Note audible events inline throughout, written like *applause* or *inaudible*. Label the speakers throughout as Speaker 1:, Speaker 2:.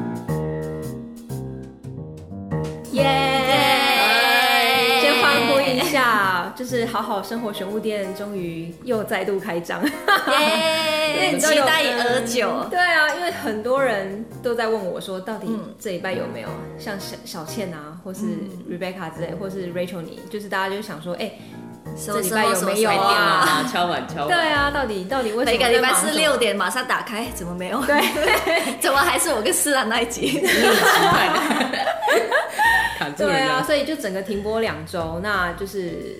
Speaker 1: 哎
Speaker 2: 就是好好生活玄物店终于又再度开张。 *laughs*
Speaker 1: 耶，期待已久。
Speaker 2: 对啊，因为很多人都在问我说，到底
Speaker 1: 嗯
Speaker 2: 这礼拜有没有、像小小倩啊，或是 Rebecca 之类，或是 Rachel 你，就是大家就想说，哎、
Speaker 1: 这
Speaker 2: 礼拜有没有
Speaker 3: 开
Speaker 2: 啊
Speaker 3: 店啦，敲碗敲
Speaker 2: 对
Speaker 3: 碗。
Speaker 2: 啊，到底到底为什么
Speaker 1: 每个礼拜
Speaker 2: 在忙
Speaker 1: 四
Speaker 2: 什么
Speaker 1: 六点马上打开，怎么没有？对，怎么还是我跟思兰那一集？
Speaker 2: *laughs*
Speaker 3: 卡住
Speaker 2: 对
Speaker 3: 人
Speaker 2: 啊，
Speaker 3: 了。
Speaker 2: 所以就整个停播两周，那就是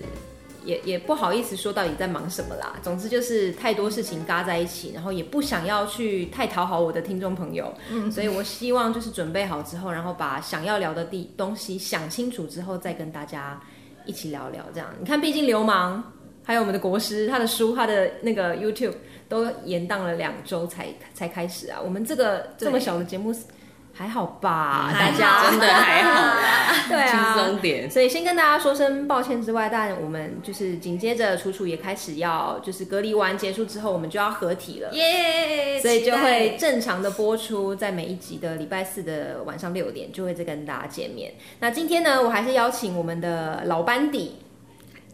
Speaker 2: 也也不好意思说到底在忙什么啦。总之就是太多事情嘎在一起，然后也不想要去太讨好我的听众朋友，
Speaker 3: 嗯
Speaker 2: 所以我希望就是准备好之后，然后把想要聊的地东西想清楚之后，再跟大家一起聊聊。这样，你看，毕竟流氓还有我们的国师，他的书，他的那个 YouTube 都延宕了两周才才开始啊。我们这个
Speaker 1: 对
Speaker 2: 这么小的节目还好吧？
Speaker 3: 还
Speaker 2: 大家
Speaker 1: *laughs*
Speaker 3: 好嗯
Speaker 2: *laughs*
Speaker 3: 真的 *laughs* 还好，
Speaker 2: 对啊，
Speaker 3: 轻松点。
Speaker 2: 所以先跟大家说声抱歉之外，但我们就是紧接着楚楚也开始要就是隔离完结束之后，我们就要合体了。
Speaker 1: 耶，
Speaker 2: 所以就
Speaker 1: 期
Speaker 2: 会
Speaker 1: 待
Speaker 2: 正常的播出，在每一集的礼拜四的晚上六点就会再跟大家见面。那今天呢，我还是邀请我们的老班底，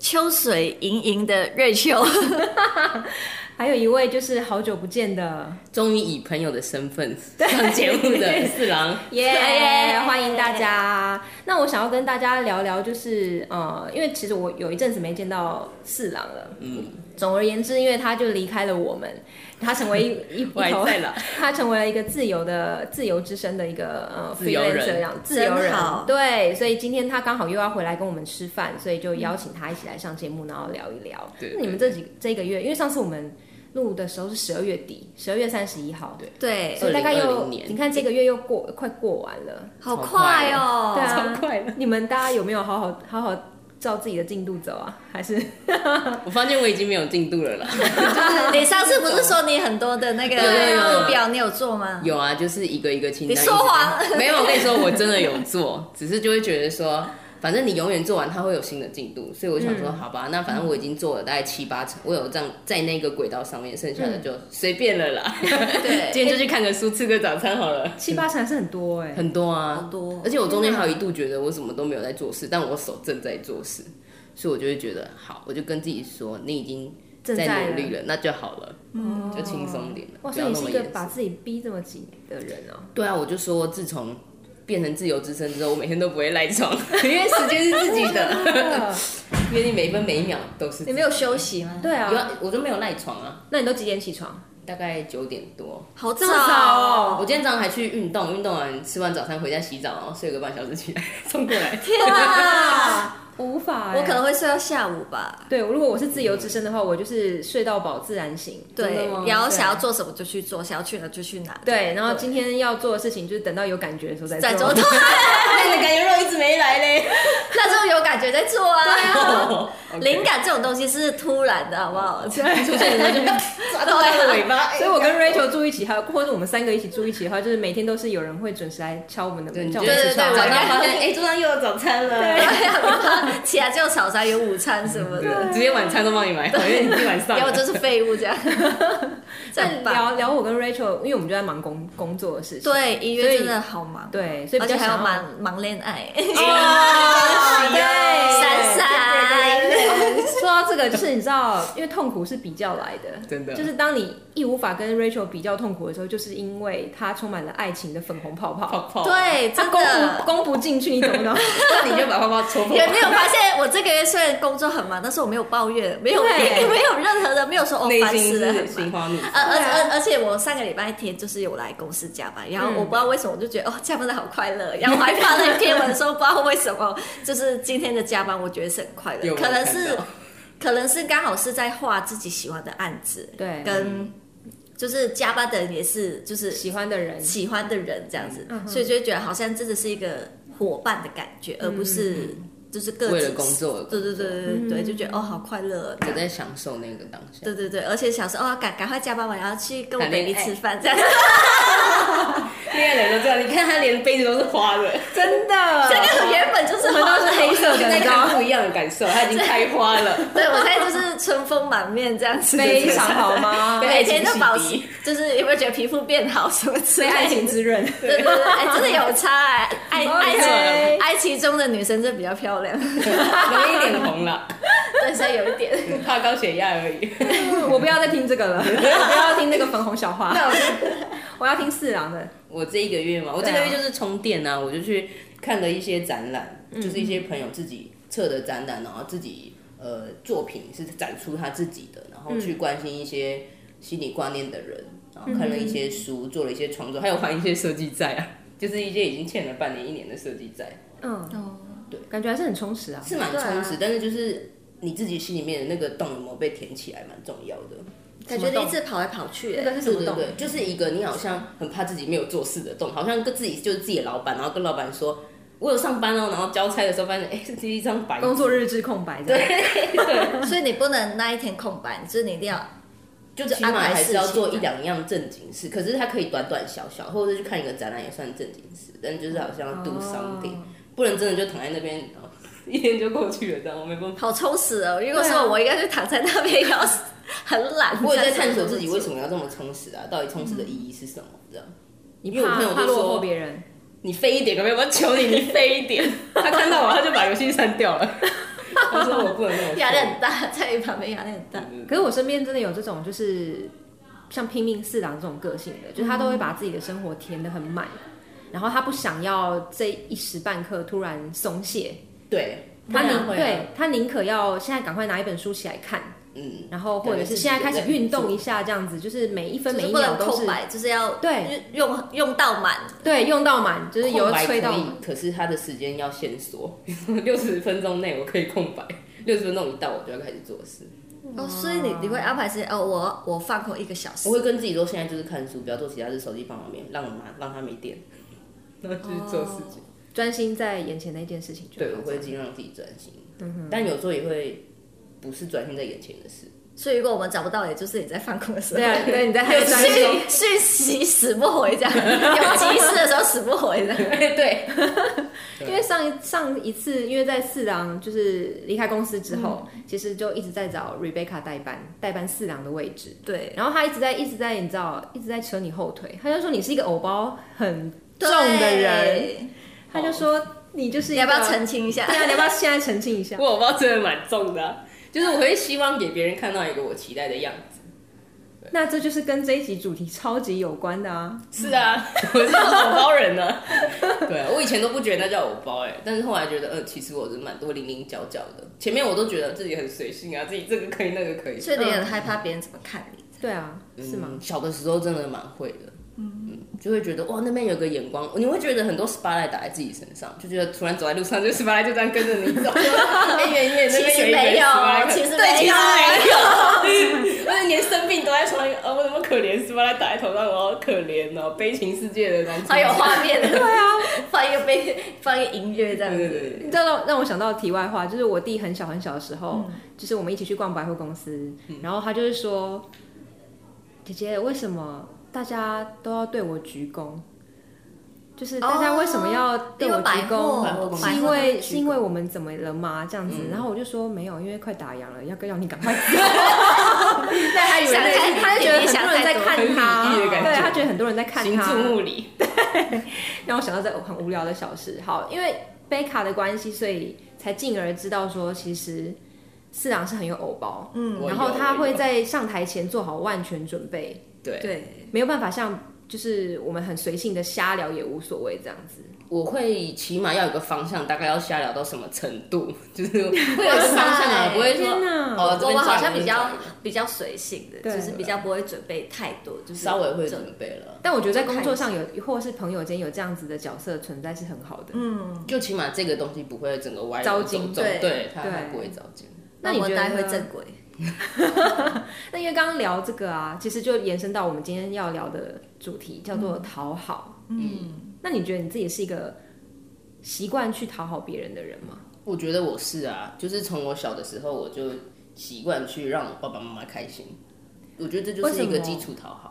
Speaker 1: 秋水盈盈的瑞秋，
Speaker 2: 还有一位就是好久不见的
Speaker 3: 终于以朋友的身份上节目
Speaker 2: *laughs*
Speaker 3: 的四郎，
Speaker 2: 耶
Speaker 1: 耶
Speaker 2: 欢迎大家。那我想要跟大家聊聊，就是呃，因为其实我有一阵子没见到四郎了，
Speaker 3: 嗯，
Speaker 2: 总而言之，因为他就离开了我们，他成为一一一
Speaker 3: 我还
Speaker 2: 头
Speaker 3: 在啦，
Speaker 2: *laughs* 他成为了一个自由的自由之身的一个呃
Speaker 3: 自由人
Speaker 2: freelancer 这样自由
Speaker 1: 真
Speaker 2: 人
Speaker 1: 好。
Speaker 2: 对，所以今天他刚好又要回来跟我们吃饭，所以就邀请他一起来上节目，然后聊一聊。
Speaker 3: 对
Speaker 2: 那你们这几这个月，因为上次我们录的时候是十二月底，十二月三十一号，
Speaker 3: 对
Speaker 1: 对，
Speaker 2: 所以大概又
Speaker 3: 2020年
Speaker 2: 你看这个月又过快过完了，
Speaker 1: 好
Speaker 3: 超
Speaker 1: 快
Speaker 3: 快
Speaker 1: 哦，
Speaker 2: 对啊
Speaker 3: 超快
Speaker 2: *laughs*
Speaker 3: 的。
Speaker 2: 你们大家有没有好好好好照自己的进度走啊？还是
Speaker 3: 我发现我已经没有进度了啦。
Speaker 1: *laughs* 你上次不是说你很多的那个
Speaker 3: 对啊
Speaker 1: 目标，你有做吗？
Speaker 3: 有啊，就是一个一个清单。
Speaker 1: 你说谎
Speaker 3: 一直在没有，我跟你说，我真的有
Speaker 2: *laughs*
Speaker 3: 做，只是就会觉得说，反正你永远做完，它会有新的进度。所以我想
Speaker 2: 嗯
Speaker 3: 说，好吧，那反正我已经做了大概七八成，我有这样在那个轨道上面，剩
Speaker 2: 嗯
Speaker 3: 下的就随便了啦。
Speaker 2: *laughs*
Speaker 1: 对，
Speaker 3: 今天就去看个书，吃个早餐好了。
Speaker 2: 七八成还是很多哎、
Speaker 3: 很多啊，
Speaker 1: 好多
Speaker 3: 而且我中间还有一度觉得我什么都没有在做事，但我手正在做事，所以我就会觉得好，我就跟自己说，你已经
Speaker 2: 正在
Speaker 3: 在
Speaker 2: 了哦
Speaker 3: 努力了，那就好了，嗯，就轻松点了，
Speaker 2: 哇，
Speaker 3: 不
Speaker 2: 所
Speaker 3: 要
Speaker 2: 以你是
Speaker 3: 那么
Speaker 2: 一个
Speaker 3: 严
Speaker 2: 把
Speaker 3: 肃。
Speaker 2: 自己逼这么紧的人哦、
Speaker 3: 对啊，我就说自从。变成自由之身之后，我每天都不会赖床， *laughs* 因为时间是
Speaker 2: *laughs*
Speaker 3: 自己的，因为你每分每一秒都是自己。
Speaker 1: 你没有休息吗？
Speaker 2: 对
Speaker 3: 有
Speaker 2: 啊，
Speaker 3: 啊，我就没有赖床啊，
Speaker 2: 那你都几点起床？
Speaker 3: 大概九点多。
Speaker 1: 好
Speaker 2: 这么早哦
Speaker 3: 我今天早上还去运动，运动完吃完早餐回家洗澡，然后睡个半小时起来 *laughs* 送过来。
Speaker 1: 天
Speaker 3: *laughs*
Speaker 1: 啊！
Speaker 2: 我无法欸、
Speaker 1: 我可能会睡到下午吧。
Speaker 2: 对，如果我是自由之身的话，我就是睡到饱自然醒。
Speaker 1: 对
Speaker 3: 真的吗，
Speaker 1: 然后想要做什么就去做，想要去哪就去哪。
Speaker 2: 对，然后今天要做的事情就是等到有感觉的时候再
Speaker 1: 在
Speaker 2: 做
Speaker 1: 做，。 *laughs* 对，
Speaker 3: 那你的感觉肉一直没
Speaker 2: *laughs*
Speaker 3: 来嘞。哦
Speaker 1: 那时候有感觉在做啊。
Speaker 3: 灵
Speaker 1: *laughs* 灵感这种东西是突然的，好不好？
Speaker 3: 感出现，你就抓到它的尾 *laughs* 巴。
Speaker 2: 所以我跟 Rachel 住一起，还有或者我们三个一起住一起的话，就是每天都是有人会准时来敲我们的
Speaker 3: 哎对，
Speaker 2: 门，
Speaker 3: 你
Speaker 2: 叫
Speaker 3: 就
Speaker 2: 我们
Speaker 3: 是
Speaker 1: 对
Speaker 2: 起
Speaker 1: 对
Speaker 2: 床
Speaker 3: 早
Speaker 1: 对
Speaker 3: 上
Speaker 1: 对
Speaker 2: 了。
Speaker 3: 发现，哎，桌上又有早餐了。
Speaker 1: *laughs* 起来就早餐有午餐什么的，
Speaker 3: 直接晚餐都帮你买好，因为你今晚上
Speaker 1: 然后我就是废物这样。这
Speaker 2: 在
Speaker 1: 很棒。
Speaker 2: 聊聊我跟 Rachel，因为我们就在忙工工作的事情。
Speaker 1: 对，音
Speaker 2: 所以
Speaker 1: 乐真的好忙，
Speaker 2: 对，所以
Speaker 1: 而
Speaker 2: 比
Speaker 1: 且
Speaker 2: 较
Speaker 1: 还要
Speaker 2: 想要
Speaker 1: 忙忙恋爱。
Speaker 3: 哦
Speaker 2: 对
Speaker 1: *laughs* 闪闪，
Speaker 2: *laughs* 说到这个，就是你知道，因为痛苦是比较来的，
Speaker 3: 真的
Speaker 2: 就是当你一无法跟 Rachel 比较痛苦的时候，就是因为她充满了爱情的粉红泡泡，
Speaker 3: 泡泡，，
Speaker 1: 对，
Speaker 2: 她
Speaker 1: 真
Speaker 2: 攻不
Speaker 1: 的。
Speaker 2: 攻不进去，你懂不懂？
Speaker 3: 那你就把泡泡戳破
Speaker 1: 有。没有发现我这个月虽然工作很忙，但是我没有抱怨，没有
Speaker 2: 对
Speaker 1: 没有任何的，没有说哦
Speaker 3: 内
Speaker 1: 烦
Speaker 3: 心
Speaker 1: 死了，很
Speaker 3: 是
Speaker 1: 忙
Speaker 3: 心。花怒放。
Speaker 1: 而而
Speaker 2: 对啊
Speaker 1: 而而且我上个礼拜天就是有来公司加班，然后
Speaker 2: 嗯
Speaker 1: 我不知道为什么我就觉得、哦加班的好快乐，然后我还发了一篇文说不知道为什么，就是今天的加班我觉得是很快乐，
Speaker 3: 有
Speaker 1: 可能
Speaker 3: 我
Speaker 1: 是
Speaker 3: 看到
Speaker 1: 可能是刚好是在画自己喜欢的案子，
Speaker 2: 对
Speaker 1: 跟就是加班的人也是就是
Speaker 2: 喜欢的人，
Speaker 1: 喜欢的人这样子，
Speaker 2: 嗯哼
Speaker 1: 所以就会觉得好像真的是一个伙伴的感觉，而不是就是各自
Speaker 3: 嗯为了工作嗯而工
Speaker 1: 对
Speaker 3: 作
Speaker 1: 对对对对对，就觉得哦好快乐哦。
Speaker 3: 我在享受那个当下。
Speaker 1: 对对对，而且想说哦，赶赶快加班完，然后去跟我
Speaker 3: 谈恋
Speaker 1: baby
Speaker 3: 爱
Speaker 1: 吃饭，这 *laughs* 样
Speaker 3: 恋爱人都这样，你看他连杯子都是花 *laughs* 的，
Speaker 2: 真的，
Speaker 1: 这个原本就是
Speaker 2: 我们都是黑色的，
Speaker 3: 跟
Speaker 2: 你
Speaker 3: 那
Speaker 2: 知道
Speaker 3: 个
Speaker 2: 吗？
Speaker 3: 不一样的感受，他已经开花了。
Speaker 1: *laughs*
Speaker 3: *laughs*
Speaker 1: 对我现在就是春风满面这样子，
Speaker 2: 非常好吗？
Speaker 1: *laughs*
Speaker 3: 对
Speaker 1: 每天都保
Speaker 3: 爱情
Speaker 1: 持
Speaker 3: 洗，
Speaker 1: 就是有没有觉得皮肤变好什么之
Speaker 2: 被
Speaker 1: 类的？
Speaker 2: 爱情滋润，
Speaker 1: 对对对，哎，真的有差哎，爱
Speaker 2: OK
Speaker 1: 爱情爱情中的女生真的比较漂亮，
Speaker 3: *laughs* 容易脸红了，
Speaker 1: 但现在有一点。 *laughs*
Speaker 3: 怕高血压而已。
Speaker 2: 我不要再听这个了，我不要听那个粉红小花， *laughs* 我要听四郎的。
Speaker 3: 我这一个月
Speaker 1: 啊
Speaker 3: 嘛，我这个月就是充电啊，我就去看了一些展览，
Speaker 1: 嗯
Speaker 3: 就是一些朋友自己策的展览，然后自己呃作品是展出他自己的，然
Speaker 1: 嗯
Speaker 3: 后去关心一些心理观念的人，然后看了一些书，做了一些创作，还有还一些设计债啊， *laughs* 就是一些已经欠了半年、一年的设计债，
Speaker 2: 嗯，
Speaker 1: 哦，
Speaker 2: 感觉还是很充实啊。
Speaker 3: 是蛮
Speaker 1: 对啊
Speaker 3: 充实，但是就是你自己心里面的那个洞有没有被填起来，蛮重要的。
Speaker 1: 感觉你一直跑来跑去、
Speaker 2: 那个
Speaker 1: 欸
Speaker 2: 是什
Speaker 3: 对
Speaker 2: 么
Speaker 3: 对
Speaker 2: 洞？
Speaker 3: 对，就是一个你好像很怕自己没有做事的洞，好像跟自己就是自己的老板，然后跟老板说哎我有上班哦，然后交差的时候发现哎、这是一张白纸
Speaker 2: 工作日志空白这样。对，
Speaker 1: 哎所以你不能那一天空白，就是你一定要
Speaker 3: 就
Speaker 1: 就
Speaker 3: 起码
Speaker 1: 安排
Speaker 3: 还是要
Speaker 2: 啊
Speaker 1: 事情
Speaker 3: 做一两样正经事，可是它可以短短小小，或者是去看一个展览也算正经事，但就是好像要 do something，、不
Speaker 2: 哦
Speaker 3: 能真的就躺在那边，然后一天就过去了，这样我没
Speaker 2: *laughs*
Speaker 3: 办法。
Speaker 1: 好充实哦。如果
Speaker 2: 对啊
Speaker 1: 说我应该就躺在那边，要 *laughs* 是很懒。
Speaker 3: 我也在探索自己为
Speaker 1: 么
Speaker 3: 什么要这么充实啊，到底充实的意义是什么？这样，因为我
Speaker 2: 怕
Speaker 3: 朋友
Speaker 2: 怕
Speaker 3: 就
Speaker 2: 落后
Speaker 3: 说
Speaker 2: 别人。
Speaker 3: 你飞一点，可不可以？我求你，你飞一 *laughs* 点。他看到我，他就把游戏删掉 *laughs* 了。他说我不能那么飞
Speaker 1: 压力很大，在你旁边压力很大。
Speaker 2: 可是我身边真的有这种，就是像拼命四郎这种个性的，就是他都会把自己的生活填得很满，然后他不想要这一时半刻突然松懈，
Speaker 3: 对，
Speaker 2: 他
Speaker 3: 不
Speaker 2: 宁
Speaker 3: 然会啊
Speaker 2: 对他宁可要现在赶快拿一本书起来看，
Speaker 3: 嗯，
Speaker 2: 然后或者
Speaker 3: 感觉
Speaker 2: 是
Speaker 3: 自己
Speaker 2: 现在开
Speaker 3: 有
Speaker 2: 始
Speaker 3: 在
Speaker 2: 运动
Speaker 3: 做
Speaker 2: 一下，这样子就是每一分
Speaker 1: 就
Speaker 2: 每
Speaker 1: 是
Speaker 2: 一
Speaker 1: 不
Speaker 2: 秒
Speaker 1: 能
Speaker 2: 都是
Speaker 1: 空白，就是要
Speaker 2: 对
Speaker 1: 用用到满。
Speaker 2: 对用到满，就是
Speaker 3: 空
Speaker 2: 油
Speaker 3: 白可
Speaker 2: 吹到
Speaker 3: 以
Speaker 2: 满，
Speaker 3: 可是他的时间要限缩， *laughs* 六十分钟内我可以空白，六十分钟一到我就要开始做事。
Speaker 1: 哦，所以你你会安排时间哦，我我放空一个小时
Speaker 3: 我。会跟自己说，现在就是看书，不要做其他事，手机放旁边，让我妈让他没电，然后就是做事情。
Speaker 2: 专心在眼前的一件事情就
Speaker 3: 对，
Speaker 2: 好
Speaker 3: 我会
Speaker 2: *laughs*
Speaker 3: 尽量让自己专心，但有时候也会不是专心在眼前的事。
Speaker 1: 所以如果我们找不到，也就是你在放空的时候。
Speaker 2: 对啊，对，你在
Speaker 1: 有
Speaker 2: 还专心。
Speaker 1: 讯讯息死不回这样，有急事的时候死不回这样。
Speaker 3: 对，
Speaker 2: 因为上一上一次，因为在四郎就是离开公司之后，
Speaker 1: 嗯
Speaker 2: 其实就一直在找 Rebecca 代班，代班四郎的位置。
Speaker 1: 对，
Speaker 2: 然后他一直在一直在你知道一直在扯你后腿，他就说你是一个偶包很重
Speaker 1: 对
Speaker 2: 的人，，他就说你就是
Speaker 1: 你
Speaker 2: 一
Speaker 1: 要
Speaker 2: 个
Speaker 1: 不要澄清一下
Speaker 2: 对？啊，你要不要现在澄清一下？
Speaker 3: 我包真的蛮重的啊、就是我会希望给别人看到一个我期待的样子。
Speaker 2: 那这就是跟这一集主题超级有关的啊！
Speaker 3: 是啊，我是偶包人呢、啊。对啊，我以前都不觉得那叫偶包哎、但是后来觉得，呃，其实我是蛮多零零角角的。前面我都觉得自己很随性啊，自己这个可以，那个可以。
Speaker 1: 所以你很害怕别人怎么看你。
Speaker 2: 对啊，是吗？
Speaker 3: 嗯？小的时候真的蛮会的，嗯，就会觉得哇，那边有个眼光，你会觉得很多 spotlight 打在自己身上，就觉得突然走在路上，就 spotlight 就这样跟着你走，哎，远远那边有一个 spotlight，
Speaker 1: 其实没有其实没有啊
Speaker 3: 对，其实没有，而且连生病都在床上，哦，我怎么可怜，spotlight 打在头上，我好可怜哦，悲情世界的男主角
Speaker 1: 还
Speaker 3: *laughs*
Speaker 1: 有画面的，对啊，放一个背，放一个音乐这样
Speaker 3: 对对对
Speaker 1: 子。
Speaker 3: 对，
Speaker 2: 你知道让让我想到题外话，就是我弟很小很小的时候，
Speaker 3: 嗯
Speaker 2: 就是我们一起去逛百货公司，然后他就是说：“姐姐，为什么大家都要对我鞠躬？就是大家
Speaker 1: 哦
Speaker 2: 为什么要对我鞠
Speaker 1: 因为百货百货
Speaker 2: 躬？
Speaker 1: 公
Speaker 2: 是
Speaker 1: 司
Speaker 2: 因
Speaker 1: 都会鞠
Speaker 2: 为
Speaker 1: 躬
Speaker 2: 是因为我们怎么了吗？这样子？”
Speaker 3: 嗯
Speaker 2: 然后我就说：“没有，因为快打烊了，要要你赶快走。”对，他以为那
Speaker 1: 想太
Speaker 2: 他就觉得很多人在
Speaker 3: 很
Speaker 2: 看
Speaker 3: 礼
Speaker 2: 他，
Speaker 3: 仪的感觉
Speaker 2: 对他觉得很多人在看
Speaker 3: 行
Speaker 2: 他，
Speaker 3: 注目礼，
Speaker 2: 让我想到这很无聊的小事。好，因为贝卡的关系，所以才进而知道说，其实四郎是很有偶包，
Speaker 1: 嗯，
Speaker 3: 我
Speaker 2: 然后
Speaker 3: 有
Speaker 2: 他
Speaker 3: 我
Speaker 2: 会
Speaker 3: 有
Speaker 2: 在上台前做好万全准备，
Speaker 3: 对。
Speaker 1: 对，
Speaker 2: 没有办法像就是我们很随性的瞎聊也无所谓这样子。
Speaker 3: 我会起码要有个方向，大概要瞎聊到什么程度，就是会有个方向啊，不会说
Speaker 2: 天哪
Speaker 3: 哦，这
Speaker 1: 我
Speaker 3: 边
Speaker 1: 们好
Speaker 3: 转
Speaker 1: 像比
Speaker 3: 那
Speaker 1: 较
Speaker 3: 边转
Speaker 1: 比较随性的，
Speaker 2: 对
Speaker 1: 就是比较不会准备太多，就是
Speaker 3: 稍微会
Speaker 1: 这
Speaker 3: 准备了，
Speaker 2: 但我觉得在工作上有，或是朋友间有这样子的角色存在是很好的。嗯，
Speaker 3: 就起码这个东西不会整个歪楼
Speaker 2: 糟心
Speaker 3: 走走
Speaker 1: 对
Speaker 3: 对，它
Speaker 2: 对
Speaker 3: 还不会糟心。
Speaker 2: 那你
Speaker 1: 我
Speaker 2: 觉
Speaker 1: 待会
Speaker 2: 得
Speaker 1: 正轨。
Speaker 2: 那因为刚刚聊这个啊，其实就延伸到我们今天要聊的主题，叫做讨好。嗯，那你觉得你自己是一个习惯去讨好别人的人吗？
Speaker 3: 我觉得我是啊，就是从我小的时候我就习惯去让我爸爸妈妈开心，我觉得这就是
Speaker 2: 为
Speaker 3: 一个
Speaker 2: 什么
Speaker 3: 基础讨好。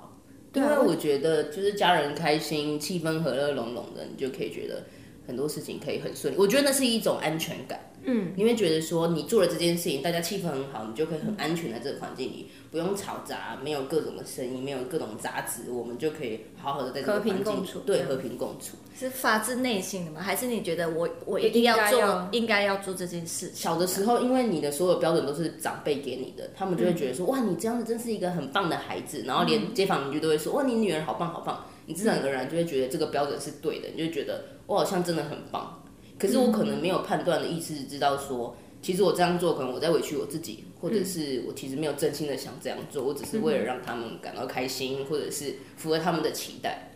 Speaker 2: 对
Speaker 3: 因
Speaker 2: 啊
Speaker 3: 为
Speaker 2: 为
Speaker 3: 我觉得就是家人开心，气氛和乐融融的，你就可以觉得很多事情可以很顺利。我觉得那是一种安全感，
Speaker 2: 嗯，
Speaker 3: 你会觉得说你做了这件事情，大家气氛很好，你就可以很安全在这个环境里，不用吵杂，没有各种的声音，没有各种杂质，我们就可以好好的在这个环境
Speaker 2: 和平共处
Speaker 3: 对，和平共处。
Speaker 1: 是发自内心的吗？还是你觉得我我一定要
Speaker 2: 应该
Speaker 1: 做，
Speaker 2: 要
Speaker 1: 应该要做这件事情？
Speaker 3: 小的时候，因为你的所有标准都是长辈给你的，他们就会觉得说，哇，你这样子真是一个很棒的孩子，然后连街坊邻居都会说，哇，你女儿好棒好棒，你自然而然就会觉得这个标准是对的，你就觉得我好像真的很棒。可是我可能没有判断的意识，知道说，其实我这样做，可能我在委屈我自己，或者是我其实没有真心的想这样做，我只是为了让他们感到开心，或者是符合他们的期待。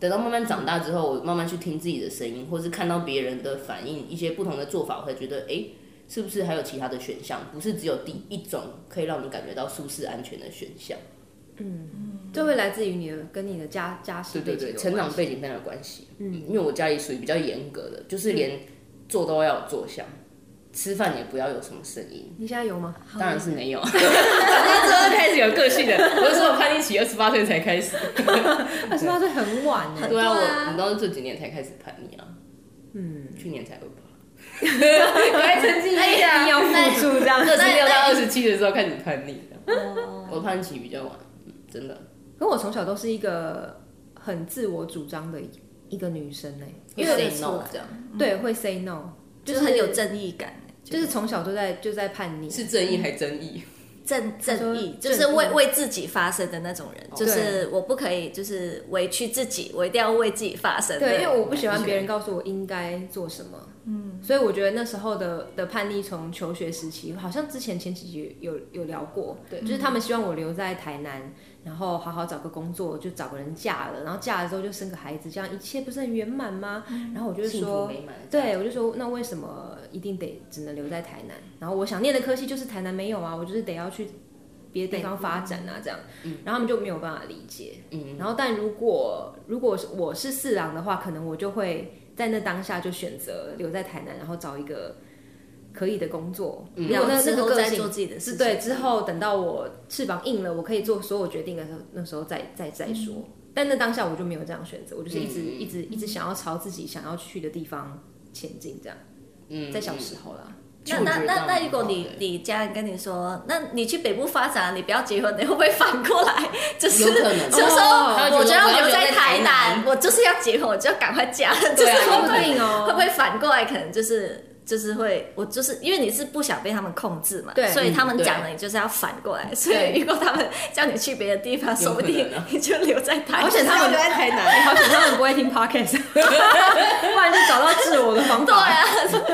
Speaker 3: 等到慢慢长大之后，我慢慢去听自己的声音，或是看到别人的反应，一些不同的做法，我会觉得，诶，是不是还有其他的选项？不是只有第一种可以让你感觉到舒适安全的选项。
Speaker 2: 这会来自于你的跟你的家家世
Speaker 3: 对对
Speaker 2: 背景
Speaker 3: 对，
Speaker 2: 有
Speaker 3: 成
Speaker 2: 关
Speaker 3: 长
Speaker 2: 系
Speaker 3: 背景非常有关系。嗯，因为我家里属于比较严格的，就是连做都要有坐相，吃饭也不要有什么声音。
Speaker 2: 你现在有吗？ *laughs*
Speaker 3: 当然是没有， *laughs* 长大之后就开始有个性了。我就说我叛逆期二十八岁才开始，
Speaker 2: 二十八岁很晚
Speaker 3: *laughs*
Speaker 2: 呢，
Speaker 3: 对啊，
Speaker 1: 对
Speaker 3: 我
Speaker 1: 啊
Speaker 3: 你都是这几年才开始叛逆啊，
Speaker 2: 嗯，
Speaker 3: 去年才会吧。该澄清一
Speaker 2: 一定要付出这样。
Speaker 3: 二十六到二十七的时候开始叛逆的，
Speaker 2: 哦
Speaker 3: 我叛逆期比较晚，嗯真的。
Speaker 2: *laughs* 可我从小都是一个很自我主张的一个女生呢，
Speaker 3: 因
Speaker 1: 因
Speaker 3: 为
Speaker 1: 为
Speaker 3: say no 这样
Speaker 2: 对，会 say no，
Speaker 1: 就是很有正义感，
Speaker 2: 就是从小就在就在叛逆，
Speaker 3: 是正义还争议？
Speaker 1: 正正义，
Speaker 2: 他说
Speaker 1: 就是
Speaker 2: 正
Speaker 1: 为
Speaker 2: 义哦
Speaker 1: 为自己发声的那种人，就是我不可以就是委屈自己，我一定要为自己发声。
Speaker 2: 对，因为我不喜欢别人告诉我应该做什么，嗯，所以我觉得那时候的的叛逆，从求学时期，好像之前前几集有有聊过，对，就是他们希望我留在台南，然后好好找个工作，就找个人嫁了，然后嫁了之后就生个孩子，这样一切不是很圆满吗？然后我就会
Speaker 3: 幸福
Speaker 2: 说，
Speaker 3: 美满的家
Speaker 2: 对，我就说那为什么一定得只能留在台南？然后我想念的科系就是台南没有啊，我就是得要去别的地方发展啊，这样。
Speaker 1: 嗯
Speaker 2: 然后他们就没有办法理解。
Speaker 3: 嗯，
Speaker 2: 然后但如果如果是我是四郎的话，可能我就会在那当下就选择留在台南，然后找一个可以的工作。如
Speaker 1: 嗯然
Speaker 2: 果
Speaker 1: 后
Speaker 2: 那那
Speaker 1: 之
Speaker 2: 个
Speaker 1: 后
Speaker 2: 个
Speaker 1: 再做
Speaker 2: 性
Speaker 1: 自己的事
Speaker 2: 是
Speaker 1: 情，
Speaker 2: 对之后等到我翅膀硬了，我可以做所有决定的时候，那时候再再再说。但那当下我就没有这样选择，我就是一直、
Speaker 3: 嗯
Speaker 2: 一直一直想要朝自己想要去的地方前进，这样。
Speaker 3: 嗯
Speaker 2: 在小时候啦，
Speaker 1: 那
Speaker 3: 我
Speaker 1: 那
Speaker 3: 觉得
Speaker 1: 那
Speaker 3: 这样
Speaker 1: 那，如果你
Speaker 3: 对
Speaker 1: 你家人跟你说，那你去北部发展，你不要结婚，你会不会反过来？就是
Speaker 3: 有可能
Speaker 1: 就说
Speaker 2: 哦
Speaker 3: 他会觉得
Speaker 1: 我就要
Speaker 3: 我要
Speaker 1: 留
Speaker 3: 留在
Speaker 1: 在
Speaker 3: 台
Speaker 1: 台南，
Speaker 3: 南
Speaker 1: 我就是要结婚，我就要赶快嫁，就是
Speaker 3: 对啊
Speaker 1: 会不
Speaker 2: 说不定哦
Speaker 1: 会会不会反过来，可能就是。就是会，我就是因为你是不想被他们控制嘛，
Speaker 2: 对
Speaker 1: 所以他们
Speaker 3: 嗯对
Speaker 1: 讲了，你就是要反过来。所以
Speaker 2: 对
Speaker 1: 如果他们叫你去别的地方，
Speaker 3: 有
Speaker 1: 说
Speaker 3: 可
Speaker 1: 不
Speaker 3: 能
Speaker 1: 定
Speaker 3: 啊
Speaker 1: 你就留在台南。
Speaker 2: 好险他们
Speaker 3: 在台南，
Speaker 2: *laughs* 哎好险他们不会听
Speaker 3: *laughs*
Speaker 2: podcast，不然就找到治我的方
Speaker 1: 对
Speaker 2: 法。
Speaker 1: 啊，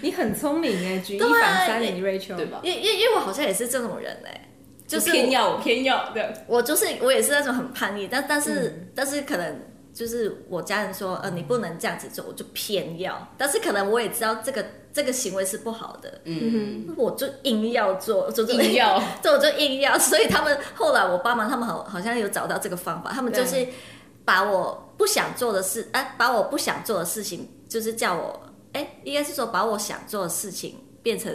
Speaker 2: 你很聪明哎，举一
Speaker 1: 对啊
Speaker 2: 反三哎，你 Rachel
Speaker 3: 对？吧？
Speaker 1: 因因因为我好像也是这种人哎、就是
Speaker 3: 偏要，我偏要这样。
Speaker 1: 我就是我也是那种很叛逆，但但是、
Speaker 3: 嗯
Speaker 1: 但是可能就是我家人说，呃，你不能这样子做，我就偏要。但是可能我也知道这个这个行为是不好的，
Speaker 3: 嗯，
Speaker 1: 我就硬要做，我就
Speaker 2: *laughs*
Speaker 3: 硬要，
Speaker 1: 对，我就硬要。所以他们后来我爸妈他们好好像有找到这个方法，他们就是把我不想做的事，哎、把我不想做的事情，就是叫我，哎、应该是说把我想做的事情变成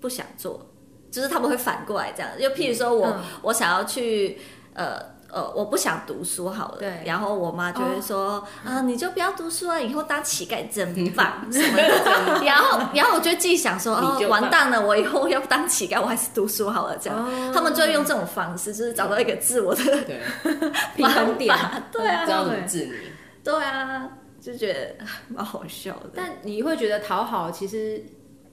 Speaker 1: 不想做，就是他们会反过来这样。就譬如说我、
Speaker 2: 嗯
Speaker 1: 我想要去，呃。呃，我不想读书好了，
Speaker 2: 对
Speaker 1: 然后我妈就会说、啊，你就不要读书啊，以后当乞丐真棒什么的。然后，然后我就自己想说，哦
Speaker 3: 你，就棒
Speaker 1: 完蛋了，我以后要当乞丐，我还是读书好了。这样，
Speaker 2: 哦
Speaker 1: 他们就会用这种方式，就是找到一个自我的
Speaker 3: 对，
Speaker 2: 平衡点
Speaker 1: 方。法对啊，
Speaker 3: 知道怎么治你。
Speaker 1: 对啊，就觉得啊蛮好笑的。
Speaker 2: 但你会觉得讨好，其实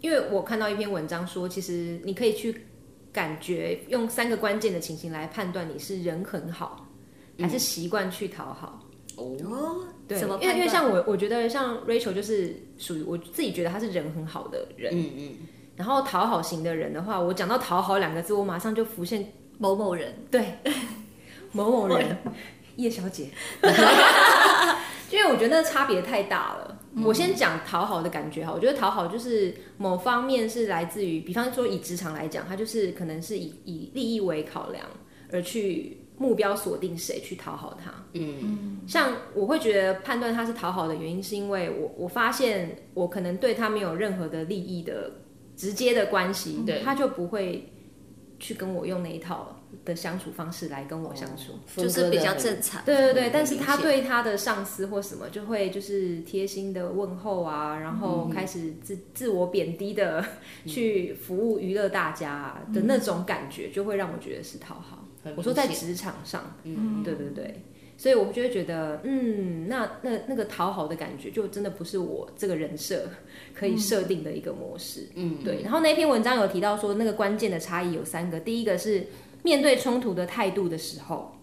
Speaker 2: 因为我看到一篇文章说，其实你可以去感觉用三个关键的情形来判断你是人很好，还是习惯去讨好。
Speaker 3: 哦，
Speaker 1: 哦，
Speaker 2: 对，
Speaker 1: 嗯怎么判
Speaker 2: 因为
Speaker 1: 断
Speaker 2: 因为像我，我觉得像 Rachel 就是属于我自己觉得他是人很好的人。
Speaker 3: 嗯嗯，
Speaker 2: 然后讨好型的人的话，我讲到讨好两个字，我马上就浮现
Speaker 1: 某某人，
Speaker 2: 对某某人叶小姐， *laughs* 因为我觉得那差别太大了。我先讲讨好的感觉哈，我觉得讨好就是某方面是来自于，比方说以职场来讲，它就是可能是以以利益为考量而去目标锁定谁去讨好他。嗯，像我会觉得判断他是讨好的原因，是因为我我发现我可能对他没有任何的利益的直接的关系，
Speaker 3: 对
Speaker 2: 他就不会去跟我用那一套的相处方式来跟我相处。
Speaker 1: 就是比较正常。
Speaker 2: 对对对，
Speaker 3: 很
Speaker 2: 但是
Speaker 3: 明
Speaker 2: 他
Speaker 3: 显
Speaker 2: 对他的上司或什么就会就是贴心的问候啊，然
Speaker 3: 嗯
Speaker 2: 后开始自自我贬低的 *laughs* 去服务娱乐大家啊的那种感觉，就会让我觉得是讨好。
Speaker 3: 嗯很
Speaker 2: 我说在
Speaker 3: 明显
Speaker 2: 职场上，
Speaker 3: 嗯
Speaker 2: 对对对，所以我就会觉得，嗯，那那那个讨好的感觉，就真的不是我这个人设 *laughs* 可以设定的一个模式。
Speaker 3: 嗯
Speaker 2: 对，然后那篇文章有提到说，那个关键的差异有三个，第一个是面对冲突的态度的时候，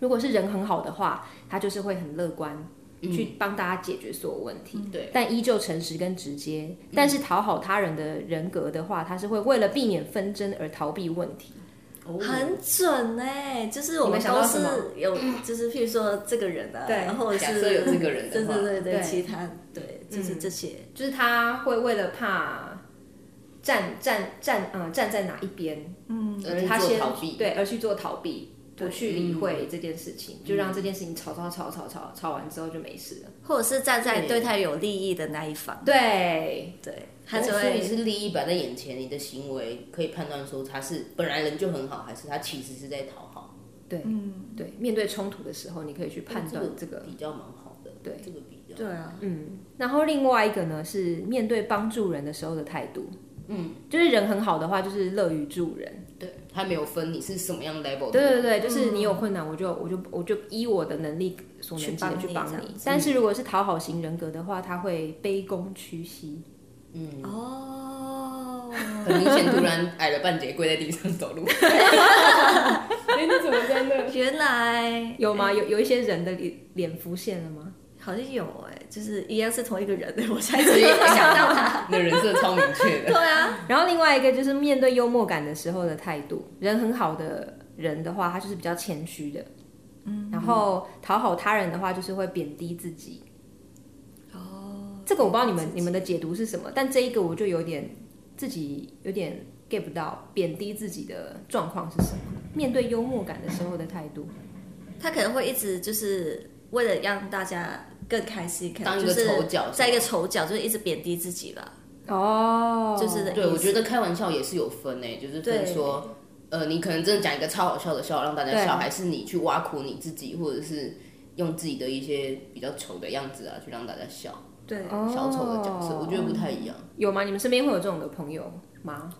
Speaker 2: 如果是人很好的话，他就是会很乐观。去帮大家解决所有问题，
Speaker 3: 对
Speaker 2: 但依旧诚实跟直接。但是讨好他人的人格的话，他是会为了避免纷争而逃避问题。
Speaker 3: 哦
Speaker 1: 很准哎、就是我
Speaker 2: 你们
Speaker 1: 们
Speaker 2: 想到
Speaker 1: 公
Speaker 2: 什么
Speaker 1: 司有，就是譬如说这个人啊，
Speaker 2: 对
Speaker 1: 然后
Speaker 3: 假
Speaker 1: 是
Speaker 3: 设有这个人的
Speaker 1: 对
Speaker 3: 话
Speaker 1: 对对对，
Speaker 2: 对
Speaker 1: 其他对，就是这些，
Speaker 2: 就是他会为了怕站站站嗯、呃站在哪一边，
Speaker 3: 而
Speaker 2: 他
Speaker 3: 做
Speaker 2: 先
Speaker 3: 逃避，
Speaker 2: 对，而去做逃避，不去理会这件事情，就让这件事情吵吵吵吵吵吵完之后就没事了。
Speaker 1: 或者是站在
Speaker 3: 对
Speaker 1: 对他有利益的那一方，
Speaker 2: 对，
Speaker 1: 对，他
Speaker 3: 但
Speaker 1: 就是
Speaker 3: 你
Speaker 1: 会
Speaker 3: 是利益摆在眼前，你的行为可以判断说他是本来人就很好，还是他其实是在讨好，
Speaker 2: 对，
Speaker 1: 嗯
Speaker 2: 对，面对冲突的时候，你可以去判断这个。
Speaker 3: 比较蛮好的，
Speaker 2: 对
Speaker 3: 这个比较
Speaker 1: 对啊，
Speaker 2: 嗯，然后另外一个呢是面对帮助人的时候的态度，
Speaker 3: 嗯，
Speaker 2: 就是人很好的话，就是乐于助人。
Speaker 3: 对，他没有分你是什么样
Speaker 1: 哦
Speaker 3: level 的
Speaker 2: 对
Speaker 3: 人，
Speaker 2: 对对，就是
Speaker 1: 嗯
Speaker 2: 你有困难，我就我就我就依我的能力所能及的去
Speaker 1: 去
Speaker 2: 帮
Speaker 1: 帮你这
Speaker 2: 你
Speaker 1: 样子。
Speaker 2: 但是如果是讨好型人格的话，他会卑躬屈膝，
Speaker 1: 啊
Speaker 3: 嗯，
Speaker 1: 哦，
Speaker 3: 很明显突然矮了半截，跪在地上
Speaker 2: *laughs*
Speaker 3: 走路，
Speaker 2: 哎，你怎么在那？
Speaker 1: 原来
Speaker 2: 有吗？有有一些人的脸脸浮现了吗？
Speaker 1: 好像有哎、就是一样是同一个人， *laughs* 我才
Speaker 3: 所
Speaker 1: 直
Speaker 3: 以
Speaker 1: 接
Speaker 3: *laughs* 我
Speaker 1: 想到他，
Speaker 3: 他，你的人设超明确
Speaker 1: 对
Speaker 3: 的，
Speaker 1: 啊，
Speaker 2: 然后另外一个就是面对幽默感的时候的态度，人很好的人的话，他就是比较谦虚的，嗯，然后讨好他人的话，就是会贬低自己。哦，这个我不知道你们你们的解读是什么，但这一个我就有点自己有点 get 不到，贬低自己的状况是什么？面对幽默感的时候的态度，
Speaker 1: 他可能会一直就是为了让大家更开心，可
Speaker 3: 当
Speaker 1: 能
Speaker 3: 一
Speaker 1: 就
Speaker 3: 个
Speaker 1: 是
Speaker 3: 丑角
Speaker 1: 在一个丑角，就是一直贬低自己吧，
Speaker 2: 哦
Speaker 1: 就是
Speaker 3: 对，我觉得开玩笑也是有分诶、就是分
Speaker 1: 对
Speaker 3: 说，呃，你可能真的讲一个超好笑的笑让大家
Speaker 2: 对
Speaker 3: 笑，还是你去挖苦你自己，或者是用自己的一些比较丑的样子啊，去让大家笑，
Speaker 1: 对。
Speaker 2: 哦
Speaker 3: 小丑的角
Speaker 1: 哦
Speaker 3: 色，我觉得不太一样。
Speaker 2: 有吗？你们身边会有这种的朋友吗？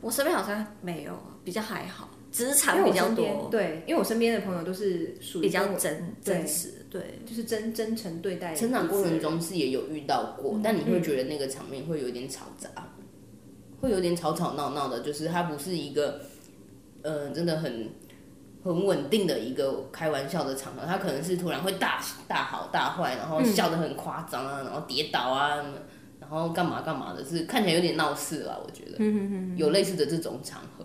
Speaker 1: 我身边好像没有，比较还好，职场
Speaker 2: 因为
Speaker 1: 比
Speaker 2: 我
Speaker 1: 较
Speaker 2: 身边
Speaker 1: 多，
Speaker 2: 对，因为我身边的朋友都是属于
Speaker 1: 比较
Speaker 2: 跟我
Speaker 1: 真
Speaker 2: 对
Speaker 1: 真实，对，
Speaker 2: 就是真真诚对待
Speaker 3: 成长过程
Speaker 2: 彼此
Speaker 3: 中哎是嗯也有遇到过，但你会觉得那个场面会有点吵杂，会有点吵吵闹闹的，就是它不是一个，呃，真的很很稳定的一个开玩笑的场合，它可能是突然会大大好大坏，然后笑得很夸张啊，然后跌倒啊，然后干嘛干嘛的，是看起来有点闹事啦，我觉得，有类似的这种场合，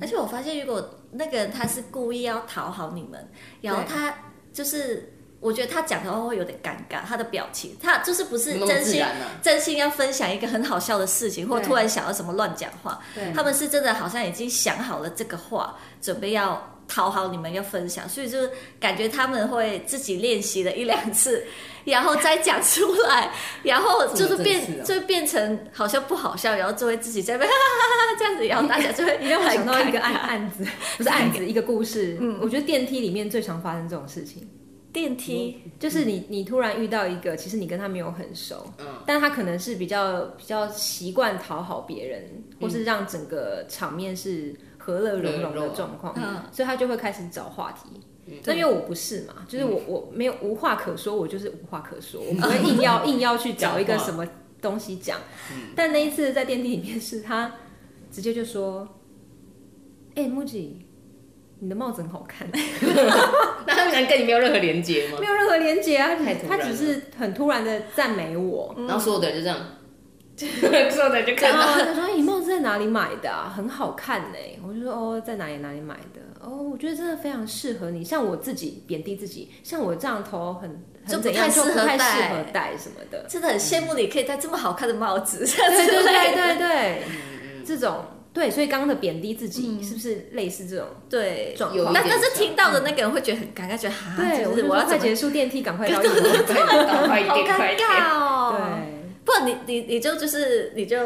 Speaker 1: 而且我发现，如果那个人他是故意要讨好你们，然后他就是，我觉得他讲的话会有点尴尬，他的表情，他就是不是
Speaker 3: 没有那么
Speaker 1: 真
Speaker 3: 自
Speaker 1: 心
Speaker 3: 然啊， *laughs*
Speaker 1: 真心要分享一个很好笑的事情，或
Speaker 2: 对
Speaker 1: 突然想要什么乱讲话，
Speaker 2: 对
Speaker 1: 他们是真的好像已经想好了这个话，准备要讨好你们要分享，所以就是感觉他们会自己练习了一两次，然后再讲出来，然后就是
Speaker 3: 这么正式
Speaker 1: 变
Speaker 3: 哦
Speaker 1: 就变成好像不好笑，然后就会自己在那边哈哈哈哈这样子，然后大家就会
Speaker 2: 你让我想到一个案
Speaker 1: 很尴尬
Speaker 2: 案子， *laughs* 不是案子，一个故事。我觉得电梯里面最常发生这种事情，
Speaker 1: 电梯，
Speaker 2: 就是你你突然遇到一个，其实你跟他没有很熟，
Speaker 3: 嗯
Speaker 2: 但他可能是比较比较习惯讨好别人，或是让整个场面是和乐融融的状况，
Speaker 1: 嗯
Speaker 2: 所以他就会开始找话题。那因为我不是嘛，就是我我没有无话可说，我就是无话可说，我不会硬要硬要去找一个
Speaker 3: 讲话
Speaker 2: 什么东西讲。但那一次在电梯里面，是他直接就说：“哎、木吉，你的帽子很好看。”
Speaker 3: 那他们俩跟你没有任何连接吗？
Speaker 2: 没有任何连接啊，他
Speaker 3: 太
Speaker 2: 只
Speaker 3: 突
Speaker 2: 他
Speaker 3: 然
Speaker 2: 只是很突然的赞美我，
Speaker 1: 嗯
Speaker 3: 然后所有的人就这样，嗯 *laughs* 所有的人就看
Speaker 2: 然
Speaker 3: 到
Speaker 2: 后他说：“哎、你帽子在哪里买的、啊？很好看呢、我就说：“哦，在哪里哪里买的？哦，我觉得真的非常适合你。像我自己贬低自己，像我这样头很
Speaker 1: 就
Speaker 2: 很
Speaker 1: 不
Speaker 2: 怎样，
Speaker 1: 太
Speaker 2: 就不
Speaker 1: 适合
Speaker 2: 太适
Speaker 1: 戴
Speaker 2: 合戴什么的。
Speaker 1: 真的很羡慕你可以戴这么好看的帽子，这样
Speaker 2: 对”
Speaker 1: 之 *laughs*
Speaker 2: 对
Speaker 1: 类
Speaker 2: 对
Speaker 1: 的
Speaker 2: 对对，
Speaker 1: 嗯
Speaker 2: 这种对，所以刚刚的贬低自己、是不是类似这种？
Speaker 1: 对
Speaker 2: 状
Speaker 3: 有一
Speaker 2: 况
Speaker 1: 但
Speaker 3: 点
Speaker 1: 但是
Speaker 3: 像
Speaker 1: 听到的那个人会觉得很尴尬，觉得哈，
Speaker 2: 对，
Speaker 1: 就
Speaker 2: 我
Speaker 1: 是
Speaker 2: 就
Speaker 1: 啊我
Speaker 2: 说
Speaker 1: 要
Speaker 2: 快
Speaker 1: 怎么
Speaker 2: 结束电梯，
Speaker 1: *laughs*
Speaker 2: 赶快到一楼。
Speaker 3: 快点到，快一
Speaker 1: 好
Speaker 3: 啊点，快一
Speaker 1: 尴
Speaker 3: 点。
Speaker 1: 尬哦。
Speaker 2: 对。
Speaker 1: 不，你你你就就是你就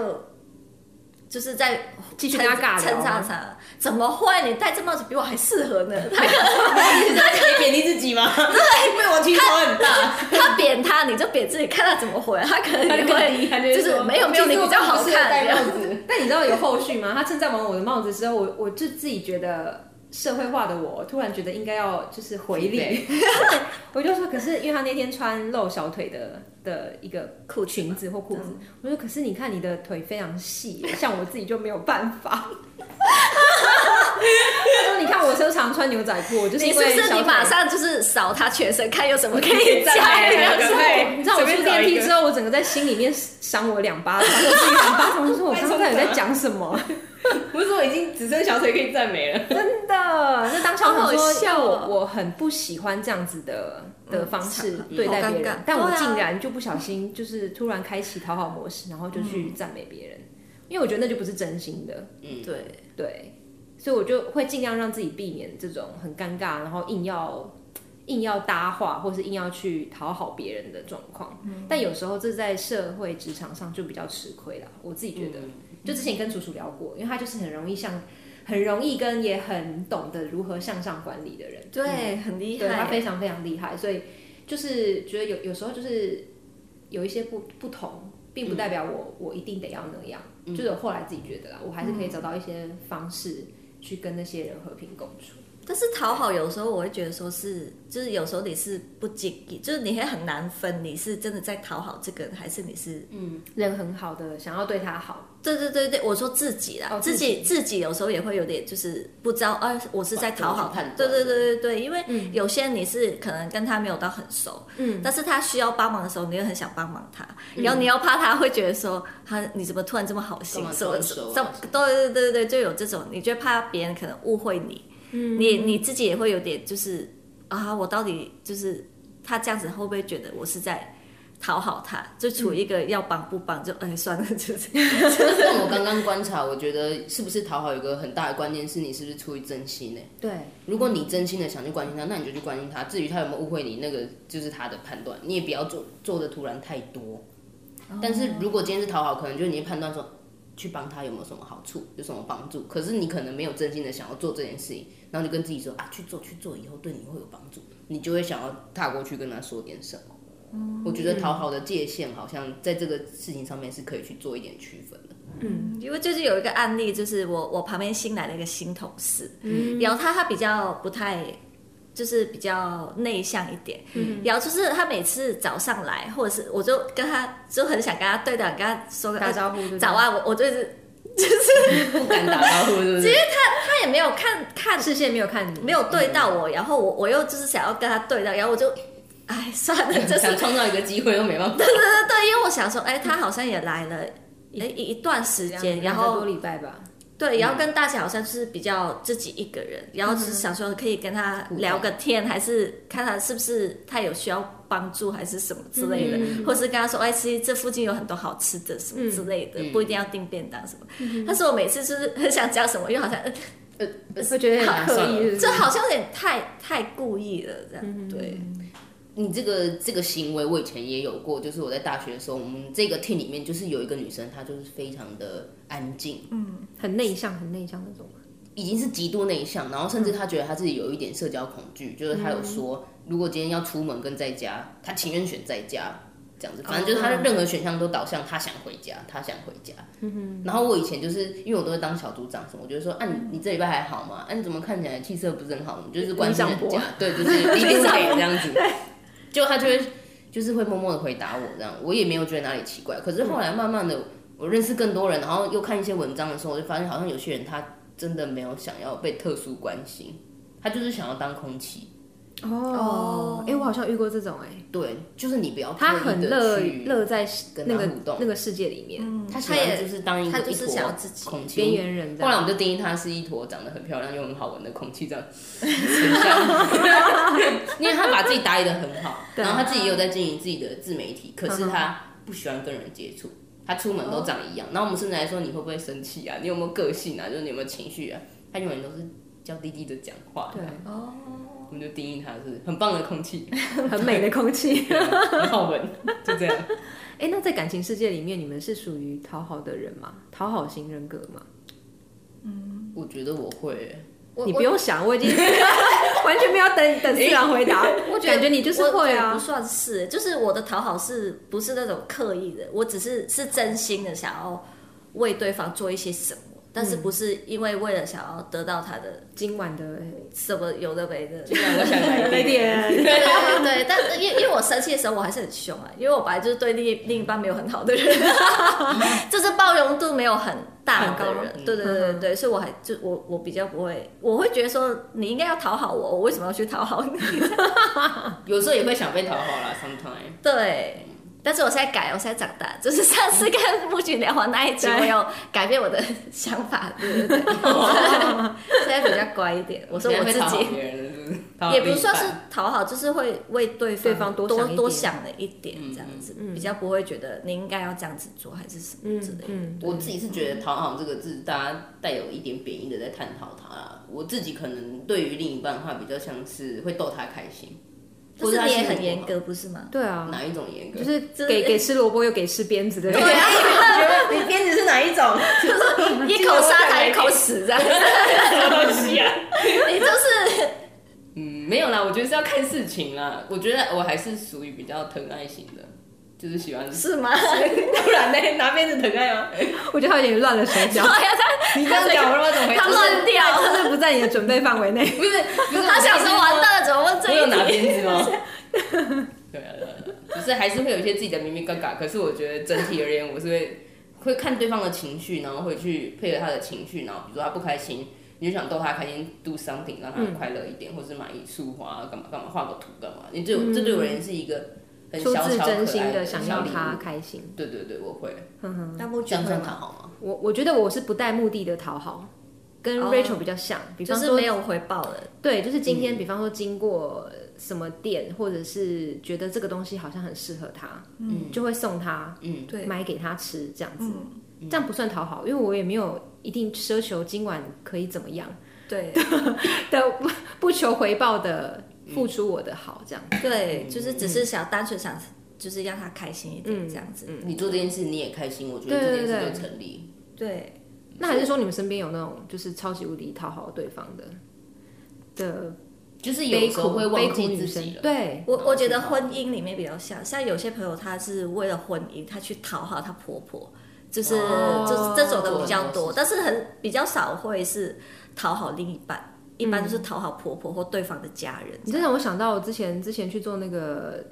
Speaker 1: 就是在
Speaker 2: 继续跟他尬聊啊
Speaker 1: 掺
Speaker 2: 吗
Speaker 1: 掺啥？怎么会？你戴这帽子比我还适合
Speaker 2: *laughs*
Speaker 1: 呢。他可
Speaker 3: 你在这里贬低自己吗？对，被我听头很大。
Speaker 1: *laughs* 他扁他，你就扁自己，看他怎么回。他可能也
Speaker 2: *laughs* 厉害，
Speaker 1: 会就是没有没有你比较好看。这样
Speaker 3: 子。
Speaker 2: 但你知道有后续吗？他称赞完我的帽子之后，我我就自己觉得社会化的我，突然觉得应该要就是回礼。 *laughs* 我就说，可是因为他那天穿露小腿的的一个裤裙子或裤子，我说可是你看你的腿非常细，像我自己就没有办法。他说：“你看，我时候常穿牛仔裤，我就是
Speaker 1: 你
Speaker 2: 因
Speaker 1: 是不
Speaker 2: 为
Speaker 1: 是
Speaker 2: 小
Speaker 1: 你
Speaker 2: 腿
Speaker 1: 马上就是扫他全身，看有什么可以加
Speaker 3: 可以
Speaker 1: 的
Speaker 3: 赞美
Speaker 1: 是
Speaker 3: 的
Speaker 1: 吧
Speaker 3: 对
Speaker 2: 哎你知道我
Speaker 3: 随
Speaker 2: 出
Speaker 3: 便找
Speaker 2: 电
Speaker 3: 一
Speaker 2: 梯
Speaker 3: 个
Speaker 2: 之后，我整个在心里面赏我两巴掌，我自己两巴掌，我说我刚刚到底在讲什么？
Speaker 3: 不是，我已经只剩小腿可以赞美了。
Speaker 2: *laughs* 真的，那当场我
Speaker 1: 好好
Speaker 2: 说，
Speaker 1: 笑
Speaker 2: 像
Speaker 1: 哦
Speaker 2: 我我很不喜欢这样子的的方式
Speaker 1: 嗯
Speaker 2: 对待
Speaker 1: 好尴
Speaker 2: 别人
Speaker 1: 尬，
Speaker 2: 但我
Speaker 1: 对啊
Speaker 2: 竟然就不小心就是突然开启讨好模式，然后就去赞美别人，因为我觉得那就不是真心的，
Speaker 1: 对，
Speaker 2: 对，所以我就会尽量让自己避免这种很尴尬，然后硬要硬要搭话，或是硬要去讨好别人的状况。
Speaker 1: 嗯
Speaker 2: 但有时候这在社会职场上就比较吃亏啦，我自己觉
Speaker 1: 嗯
Speaker 2: 得。就之前跟楚楚聊过，因为他就是很容易像很容易跟也很懂得如何向上管理的人，
Speaker 1: 对，很厉
Speaker 2: 对他
Speaker 1: 害。
Speaker 2: 非常非常厉害，所以就是觉得有有时候就是有一些不不同，并不代
Speaker 1: 嗯
Speaker 2: 表我、我一定得要那样，就是我后来自己觉得啦，我还是
Speaker 1: 嗯
Speaker 2: 可以找到一些方式去跟那些人和平共处。
Speaker 1: 但是讨好有时候我会觉得说是，就是有时候你是不经意，就是你会很难分你是真的在讨好这个人，还是你是
Speaker 2: 人很好的，想要对他好，
Speaker 1: 对对对对，我说自己啦，
Speaker 2: 哦
Speaker 1: 自己自己有时候也会有点就是不知道，啊，我是在讨好
Speaker 3: 怎么去判断
Speaker 1: 对对对对对，因为有些人你是可能跟他没有到很熟，嗯，但是他需要帮忙的时候，你又很想帮忙他，然后你又怕他会觉得说他你怎么突然这么好心
Speaker 3: 干，嘛
Speaker 1: 什么
Speaker 3: 突然
Speaker 1: 什
Speaker 3: 熟
Speaker 1: 么
Speaker 3: 啊
Speaker 1: 什么，对对对对，就有这种，你就怕别人可能误会你，嗯，你你自己也会有点就是啊，我到底就是他这样子会不会觉得我是在讨好他，就处于一个要帮不帮就哎算了， *laughs* 就是。
Speaker 3: *laughs* 但我刚刚观察，我觉得是不是讨好有个很大的关键是你是不是出于真心欸呢、
Speaker 2: 对，
Speaker 3: 如果你真心的想去关心他，那你就去关心他。至于他有没有误会你，那个就是他的判断，你也不要做做的突然太多。但是如果今天是讨好，可能就是你会判断说啊去帮他有没有什么好处，有什么帮助。可是你可能没有真心的想要做这件事情，然后就跟自己说啊去做去做，以后对你会有帮助，你就会想要踏过去跟他说点什么。我觉得讨好的界限好像在这个事情上面是可以去做一点区分的。
Speaker 1: 因为最近有一个案例，就是我我旁边新来的一个新同事，然后他他比较不太，就是比较内向一点，然后就是他每次早上来，或者是我就跟他就很想跟他对打，跟他说个
Speaker 2: 打招呼对不对
Speaker 1: 早安，我我就是
Speaker 3: 不敢打招呼，是不 *laughs* 是？
Speaker 1: 他也没有看看
Speaker 2: 视线没有看你，
Speaker 1: 没有对到我，然后我我又就是想要跟他对到，然后我就哎算了，
Speaker 3: *laughs*
Speaker 1: 就是
Speaker 3: 想创造一个机会都没办
Speaker 1: *laughs*
Speaker 3: 法。
Speaker 1: 对，因为我想说，哎，他好像也来了。哎，一一段时间，然
Speaker 2: 两个
Speaker 1: 后
Speaker 2: 多礼拜吧，
Speaker 1: 对，然后跟大家好像就是比较自己一个
Speaker 2: 嗯
Speaker 1: 人，然后就是想说可以跟他聊个天，还是看他是不是他有需要帮助还是什么之类的，
Speaker 2: 嗯
Speaker 1: 或是跟他说，哎，其实这附近有很多好吃的什么之类的，
Speaker 3: 嗯
Speaker 1: 不一定要订便当什么。
Speaker 2: 嗯
Speaker 1: 但是我每次就是很想讲什么，又好像、呃
Speaker 2: 会觉得很刻
Speaker 3: 算了
Speaker 2: 意是不是，
Speaker 1: 这好像有点太太故意了这
Speaker 2: 嗯
Speaker 1: 样。对，
Speaker 3: 你这个这个行为，我以前也有过，就是我在大学的时候，我们这个 team 里面就是有一个女生，她就是非常的安静，
Speaker 2: 很内向，很内向那种。啊
Speaker 3: 已经是极度内向，然后甚至她觉得她自己有一点社交恐惧，就是她有说，如果今天要出门跟在家，她情愿选在家。这样子，反正就是她的任何选项都导向她想回家，她想回家。然后我以前就是因为我都会当小组长什么，我就说，啊你你这礼拜还好吗？啊你怎么看起来气色不是很好？你就是关心
Speaker 2: 李
Speaker 3: 人
Speaker 2: 长博
Speaker 3: 家， *laughs* 对，就是一
Speaker 2: *laughs*
Speaker 3: 定得这样子。就他就会就是会默默的回答我这样，我也没有觉得哪里奇怪。可是后来慢慢的，我认识更多人，然后又看一些文章的时候，我就发现好像有些人他真的没有想要被特殊关心，他就是想要当空气。
Speaker 2: 哦，哎，我好像遇过这种哎，
Speaker 3: 对，就是你不要
Speaker 2: 他很乐
Speaker 3: 刻意地去
Speaker 2: 乐在
Speaker 3: 跟他
Speaker 2: 那个
Speaker 3: 互动
Speaker 2: 那个世界里面，
Speaker 3: 他喜欢
Speaker 1: 也
Speaker 3: 就是当一
Speaker 1: 嗯
Speaker 3: 个
Speaker 1: 他就是
Speaker 3: 一坨
Speaker 1: 想要自己
Speaker 3: 空气
Speaker 2: 边。缘人这
Speaker 3: 后来
Speaker 2: 样。
Speaker 3: 我们就定义他是一坨长得很漂亮又很好闻的空气
Speaker 2: *laughs*
Speaker 3: 这样，因为他把自己打理的很好，
Speaker 2: 对啊
Speaker 3: 然后他自己也有在经营自己的自媒体，可是他不喜欢跟人接触，他出门都长一样。然后我们甚至还说你会不会生气啊？你
Speaker 2: *laughs*
Speaker 3: 有没有个性啊？就是你有没有情绪啊？他永远都是娇滴滴的讲话。
Speaker 2: 对，
Speaker 1: 哦，
Speaker 3: 我们就定义它是很棒的
Speaker 2: *laughs*
Speaker 3: 空气，
Speaker 2: 很美的空气。 *laughs*
Speaker 3: 很好闻，就这样。
Speaker 2: 哎、那在感情世界里面，你们是属于讨好的人吗？讨好型人格吗？
Speaker 3: 我觉得我会耶，
Speaker 1: 我
Speaker 2: 你不用想，我已 *laughs* 经完全没有等等思然回答。
Speaker 1: 我
Speaker 2: 感觉你就是会
Speaker 1: 我我不
Speaker 2: 啊。
Speaker 1: 算是，就是我的讨好是不是那种刻意的，我只是是真心的想要为对方做一些什么，但是
Speaker 2: 嗯
Speaker 1: 不是因为为了想要得到他的
Speaker 2: 今晚的哎
Speaker 1: 什么有的没的。
Speaker 3: 虽啊然我想来
Speaker 2: 雷 *laughs* 点，
Speaker 1: *laughs* 对对对，但是因为因为我生气的时候我还是很凶啊，因为我本来就是对另一另一半没有很好
Speaker 2: *laughs*
Speaker 1: 的人，就是包容度没有很大的
Speaker 2: 很高嗯
Speaker 1: 人，对对对对对，所以我还就我我比较不会，我会觉得说你应该要讨好我，我为什么要去讨好你？
Speaker 3: *laughs* 有时候也会想被讨好啦，sometime。
Speaker 1: 对，但是我现在改，我现在长大，就是上次跟木槿聊完那一集，
Speaker 2: 对
Speaker 1: 我有改变我的想法，对对
Speaker 3: *laughs*
Speaker 1: 对，现在比较乖一点。我说我
Speaker 3: 哦现在
Speaker 1: 自
Speaker 3: 会讨好
Speaker 1: 己
Speaker 3: 别人了是不是 *laughs* 讨好
Speaker 1: 也不
Speaker 3: 另一
Speaker 1: 算是
Speaker 3: 半
Speaker 1: 讨好，就是会为对
Speaker 2: 对方多
Speaker 1: 多
Speaker 2: 想一点
Speaker 1: 多想了一点这样子，
Speaker 2: 嗯嗯
Speaker 1: 比较不会觉得你应该要这样子做还是什么
Speaker 2: 嗯
Speaker 1: 之类的。
Speaker 2: 嗯，
Speaker 3: 我自己是觉得“讨好”这个字，大家带有一点贬义的在探讨它啦。我自己可能对于另一半的话，比较像是会逗他开心，
Speaker 1: 但
Speaker 3: 或者
Speaker 1: 是
Speaker 3: 他
Speaker 1: 你也
Speaker 3: 心
Speaker 1: 很
Speaker 3: 情
Speaker 1: 严
Speaker 3: 不
Speaker 1: 格，不是吗？
Speaker 2: 对
Speaker 3: 好。
Speaker 2: 啊，
Speaker 3: 哪一种严格？
Speaker 2: 就是
Speaker 1: 就是
Speaker 2: 给给吃萝卜又给吃鞭子的人。
Speaker 3: 哎啊，你编的是哪一 *laughs* 种？啊
Speaker 1: 一口沙糖一口屎
Speaker 3: *laughs*
Speaker 1: 这样，
Speaker 3: 什么东西啊？
Speaker 1: 你就是。
Speaker 3: 嗯，没有啦，我觉得是要看事情啦。我觉得我还是属于比较疼爱型的，就是喜欢
Speaker 1: 是吗？
Speaker 3: *laughs*
Speaker 1: *laughs*
Speaker 3: 不然呢？拿鞭子疼爱吗？
Speaker 2: *laughs* 我觉得他有点乱了手
Speaker 3: *laughs*
Speaker 2: 脚。
Speaker 3: 你这样讲，我他怎么回
Speaker 1: 啊他乱
Speaker 3: *laughs*
Speaker 1: 掉，
Speaker 2: 真的不在你的准备范围内。
Speaker 3: 不是不是，
Speaker 1: 他想说完蛋了，怎么问
Speaker 2: *laughs*
Speaker 3: 我有
Speaker 1: 这
Speaker 3: 拿
Speaker 1: 一题？
Speaker 3: 鞭子吗？ *laughs* 对啊，对啊，对啊只是还是会有一些自己的咪咪嘎嘎。可是我觉得整体而言，我是会会看对方的情绪，然后会去配合他的情绪，然后比如说他不开心，你就想逗他开心，do something 让他
Speaker 2: 嗯
Speaker 3: 快乐一点，或是买一束花，干嘛干嘛，画个图干嘛。你这、这对我而言是一个很
Speaker 2: 嗯出
Speaker 3: 小
Speaker 2: 自
Speaker 3: 巧
Speaker 2: 真
Speaker 3: 可
Speaker 2: 心
Speaker 3: 爱
Speaker 2: 的
Speaker 3: 小
Speaker 2: 想要
Speaker 3: 礼物
Speaker 2: 他。开心。
Speaker 3: 对对对，我会
Speaker 2: 哼哼，
Speaker 1: 那不
Speaker 3: 这样算
Speaker 1: 吗
Speaker 3: 讨好啊吗？
Speaker 2: 我我觉得我是不带目的的讨好，跟
Speaker 1: 哦
Speaker 2: Rachel 比较像，比
Speaker 1: 就
Speaker 2: 方
Speaker 1: 是
Speaker 2: 说
Speaker 1: 没有回报的，
Speaker 2: 对，就是今
Speaker 3: 嗯
Speaker 2: 天，比方说经过什么店，或者是觉得这个东西好像很适合他，
Speaker 3: 嗯
Speaker 2: 就会送他，
Speaker 3: 嗯，
Speaker 1: 对
Speaker 2: 买给他吃这样子，
Speaker 1: 嗯，
Speaker 2: 这样不算讨好，因为我也没有一定奢求今晚可以怎么样
Speaker 1: 对
Speaker 2: 的，不不求回报的付出我的好这样，
Speaker 1: 对，就是只是想单纯想，就是让他开心一点
Speaker 2: 嗯
Speaker 1: 这样子。
Speaker 2: 嗯，
Speaker 3: 你做这件事你也开心，我觉得这
Speaker 2: 对
Speaker 3: 件
Speaker 2: 对
Speaker 3: 事
Speaker 2: 对
Speaker 3: 就成立。
Speaker 1: 对，
Speaker 3: 嗯
Speaker 2: 那还是说你们身边有那种就是超级无敌讨好对方的的
Speaker 3: 就是有
Speaker 2: 悲
Speaker 3: 时候
Speaker 2: 苦
Speaker 3: 会
Speaker 2: 悲
Speaker 3: 忘
Speaker 2: 苦
Speaker 3: 记
Speaker 2: 女
Speaker 3: 自
Speaker 2: 生
Speaker 3: 己了，，
Speaker 2: 对，
Speaker 1: 我
Speaker 3: 然后
Speaker 1: 我觉得
Speaker 3: 去讨好
Speaker 1: 婚姻里面比较像，像有些朋友她是为了婚姻，她去讨好她婆婆，就是、
Speaker 2: 哦
Speaker 1: 就是这种的比较
Speaker 3: 做
Speaker 1: 多，但是很比较少会是讨好另一半。一般就是讨好婆婆或对方的家人，
Speaker 2: 嗯你这让我想到我之前之前去做那个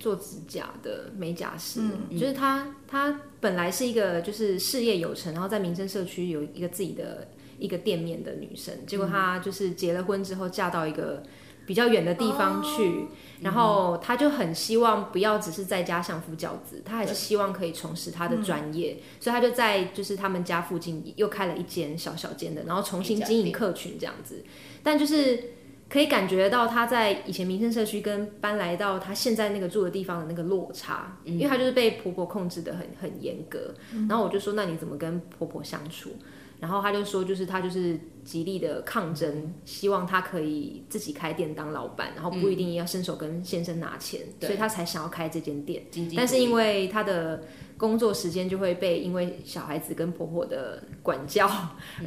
Speaker 2: 做指甲的美甲师，就是他他本来是一个就是事业有成，然后在民生社区有一个自己的一个店面的女生，结果她就是结了婚之后嫁到一个。比较远的地方去，然后她就很希望不要只是在家相夫教子，她还是希望可以从事她的专业，所以她就在就是他们家附近又开了一间小小间的，然后重新
Speaker 3: 美甲
Speaker 2: 经营
Speaker 3: 店
Speaker 2: 客群这样子。但就是可以感觉到他在以前民生社区跟搬来到他现在那个住的地方的那个落差，
Speaker 3: 嗯
Speaker 2: 因为他就是被婆婆控制的很很严格。然后我就说，那你怎么跟婆婆相处？然后他就说，就是他就是极力的抗争，希望他可以自己开店当老板，然后不一定要伸手跟先生拿钱，
Speaker 3: 嗯对
Speaker 2: 所以他才想要开这间店。
Speaker 3: 经济
Speaker 2: 但是
Speaker 3: 独立
Speaker 2: 因为她的工作时间就会被因为小孩子跟婆婆的管教
Speaker 1: 嗯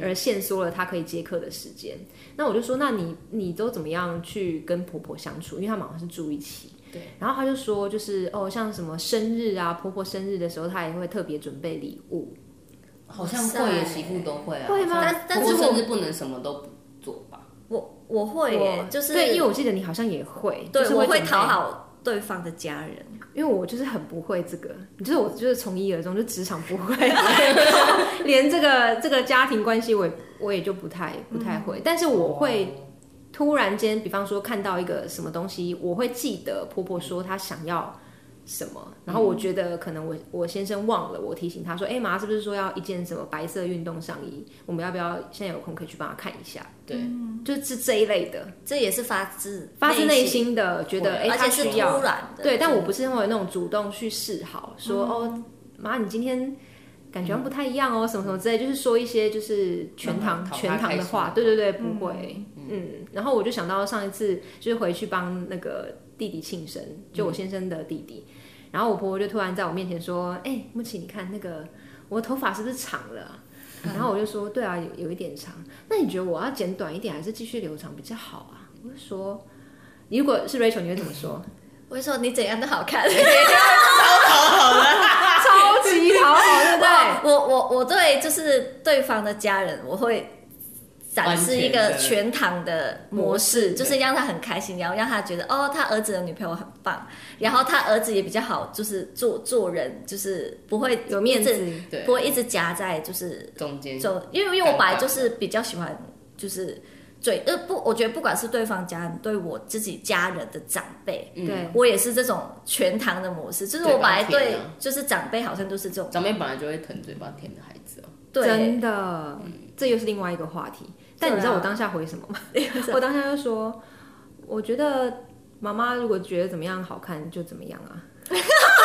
Speaker 2: *laughs* 而限缩了她可以接客的时间。那我就说，那你你都怎么样去跟婆婆相处？因为他们好像是住一起。
Speaker 3: 对。
Speaker 2: 然后她就说，就是哦，像什么生日啊，婆婆生日的时候，她也会特别准备礼物。
Speaker 3: 好像会耶，媳妇都会啊。
Speaker 2: 会吗
Speaker 3: 好像
Speaker 1: 但但
Speaker 3: 婆
Speaker 1: 是
Speaker 3: 婆
Speaker 1: 我
Speaker 3: 甚至不能什么都不做吧？
Speaker 1: 我我会耶，就是
Speaker 2: 对，因为我记得你好像也会，
Speaker 1: 对
Speaker 2: 就是
Speaker 1: 我会
Speaker 2: 准备
Speaker 1: 讨好对方的家人，
Speaker 2: 因为我就是很不会这个，就是我就是从一而终，就职场不会， *laughs* 连这个这个家庭关系我也我也就不太不太
Speaker 1: 嗯
Speaker 2: 会，但是我会突然间，比方说看到一个什么东西，我会记得婆婆说她想要什么，然后我觉得可能我我先生忘了，我提醒他说，哎、妈是不是说要一件什么白色运动上衣？我们要不要现在有空可以去帮他看一下？
Speaker 3: 对，
Speaker 1: 嗯
Speaker 2: 就是这一类的，
Speaker 1: 这也是发自
Speaker 2: 发自内
Speaker 1: 心，
Speaker 2: 心的觉得，哎、
Speaker 1: 而
Speaker 2: 她
Speaker 1: 且是
Speaker 2: 需要
Speaker 1: 突。然的。
Speaker 2: 对，但我不是会有那种主动去示好，说、
Speaker 3: 嗯
Speaker 2: 哦，妈，你今天感觉好像不太一样哦，什么什么之类，就是说一些就是全
Speaker 3: 让
Speaker 2: 糖
Speaker 3: 他嗯讨他
Speaker 2: 全糖
Speaker 3: 开
Speaker 2: 的
Speaker 3: 心
Speaker 2: 话，
Speaker 3: 的
Speaker 2: 对对对，不会，
Speaker 3: 嗯
Speaker 2: 嗯，然后我就想到上一次就是回去帮那个弟弟庆生，就我先生的弟
Speaker 3: 嗯
Speaker 2: 弟，然后我婆婆就突然在我面前说：“哎、木奇，你看那个我的头发是不是长了啊、
Speaker 3: 嗯
Speaker 2: 然后我就说：“对啊，有有一点长。那你觉得我要剪短一点，还是继续留长比较好啊？”我就说：“你如果是 Rachel，你会怎么说？
Speaker 1: 我就说你怎样都好看。
Speaker 2: 超级讨好，对不 *laughs*
Speaker 1: *laughs*
Speaker 2: 对？
Speaker 1: 我我我对就是对方的家人，我会展示一个全堂的模式，
Speaker 2: 完全的
Speaker 1: 就是让他很开心，然后让他觉得哦，他儿子的女朋友很棒，然后他儿子也比较好，就是做做人，就是不会
Speaker 2: 有面子
Speaker 1: 一直
Speaker 3: 对
Speaker 1: 不会一直夹在就是
Speaker 3: 中间
Speaker 1: 就因为因为我本来就是比较喜欢就是嘴呃不，我觉得不管是对方家人对我自己家人的长辈。
Speaker 3: 嗯
Speaker 2: 对
Speaker 1: 我也是这种全堂的模式，就是
Speaker 3: 对
Speaker 1: 我本来
Speaker 3: 钢铁
Speaker 1: 对
Speaker 3: 的
Speaker 1: 就是长辈好像都是这种
Speaker 3: 长辈本来就会疼嘴巴甜的孩子哦、
Speaker 1: 对
Speaker 2: 真的，这又是另外一个话题。但你知道我当下回什么 *laughs* 吗？啊我当下就说，我觉得妈妈如果觉得怎么样好看就怎么样啊。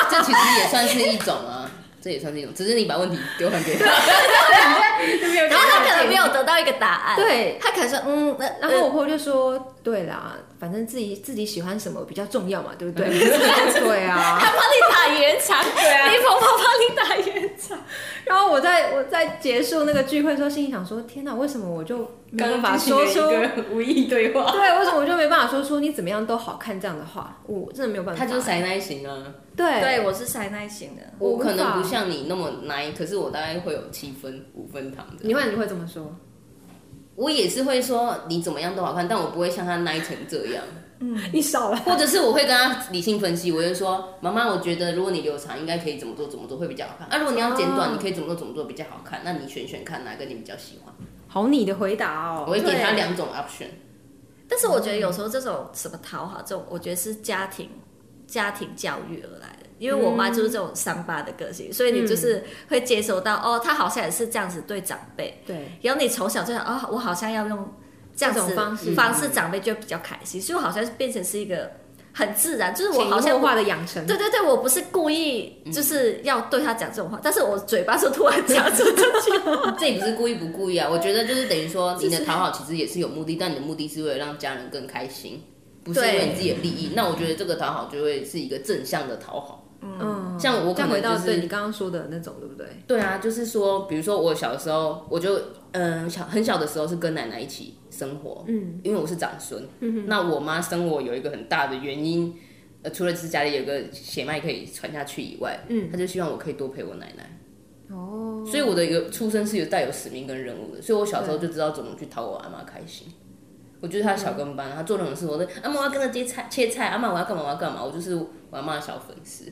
Speaker 3: 这其实也算是一种啊，这也算是一种，只是你把问题丢还给
Speaker 2: 啊
Speaker 3: 他，
Speaker 1: 然后他可能没有得到一个答案，
Speaker 2: 对
Speaker 1: 他可能说嗯，那
Speaker 2: 然后我婆婆就说，对啦，反正自己自己喜欢什么比较重要嘛，对不 *laughs* 对？对啊。
Speaker 1: 他帮你打圆场， *laughs* 对啊，你婆婆帮你打圆场，
Speaker 2: 然后我在我在结束那个聚会的时候，心里想说，天哪，为什么我就没有办法
Speaker 3: 刚进行
Speaker 2: 说
Speaker 3: 了
Speaker 2: 出？
Speaker 3: 一个无意对话。
Speaker 2: 对，为什么我就没办法说出你怎么样都好看这样的话？我真的没有办法。
Speaker 3: 他就是塞奶型啊，
Speaker 2: 对
Speaker 1: 对我是塞耐型的，
Speaker 2: 我
Speaker 3: 我
Speaker 2: 无法
Speaker 3: 可能不像你那么奶，可是我大概会有七分、五分糖的。
Speaker 2: 你会你会怎么说？
Speaker 3: 我也是会说你怎么样都好看，但我不会像他奶成这样，
Speaker 2: 你少来。
Speaker 3: 或者是我会跟他理性分析，我就说妈妈，我觉得如果你留长，应该可以怎么做怎么做会比较好看。啊，如果你要剪短，
Speaker 2: 哦
Speaker 3: 你可以怎么做怎么做比较好看，那你选选看哪个你比较喜欢。
Speaker 2: 好，你的回答
Speaker 3: 我
Speaker 2: 哦。
Speaker 3: 会给他
Speaker 1: 对
Speaker 3: 两种 option，
Speaker 1: 但是我觉得有时候这种什么讨好这种，我觉得是家庭家庭教育而来的。因为我妈就是这种伤疤的个性，所以你
Speaker 2: 嗯
Speaker 1: 就是会接收到、哦，她好像也是这样子对长辈，
Speaker 2: 对，
Speaker 1: 然后你从小就想哦，我好像要用这样
Speaker 2: 这
Speaker 1: 子
Speaker 2: 种方式
Speaker 1: 方式长辈就比较开心，所以我好像变成是一个很自然，就是我好
Speaker 2: 潜移
Speaker 1: 像
Speaker 2: 默化的养成。
Speaker 1: 对对对，我不是故意，就是要对他讲这种话，但是我嘴巴是突然讲出这句话。
Speaker 3: 这也不是故意不故意啊，我觉得就是等于说 *laughs* 你的讨好其实也是有目的，但你的目的是为了让家人更开心，不是
Speaker 1: 对
Speaker 3: 为你自己的利益。那我觉得这个讨好就会是一个正向的讨好。
Speaker 2: 嗯，
Speaker 3: 像我可
Speaker 2: 再回
Speaker 3: 能
Speaker 2: 到
Speaker 3: 就
Speaker 2: 对你
Speaker 3: 是
Speaker 2: 刚刚说的那种，对不对？
Speaker 3: 对啊，就是说，比如说我小时候，我就嗯小很小的时候是跟奶奶一起生活，嗯，因为我是长孙，嗯那我妈生我有一个很大的原因，呃，除了是家里有个血脉可以传下去以外，嗯，她就希望我可以多陪我奶奶。
Speaker 2: 哦，
Speaker 3: 所以我的一个出生是有带有使命跟任务的，所以我小时候就知道怎么去讨我阿妈开心。我就是她的小跟班，她做任何事，我都阿妈我要跟着切菜切菜，阿妈我要干嘛我要干嘛，我就是我阿妈的小粉丝，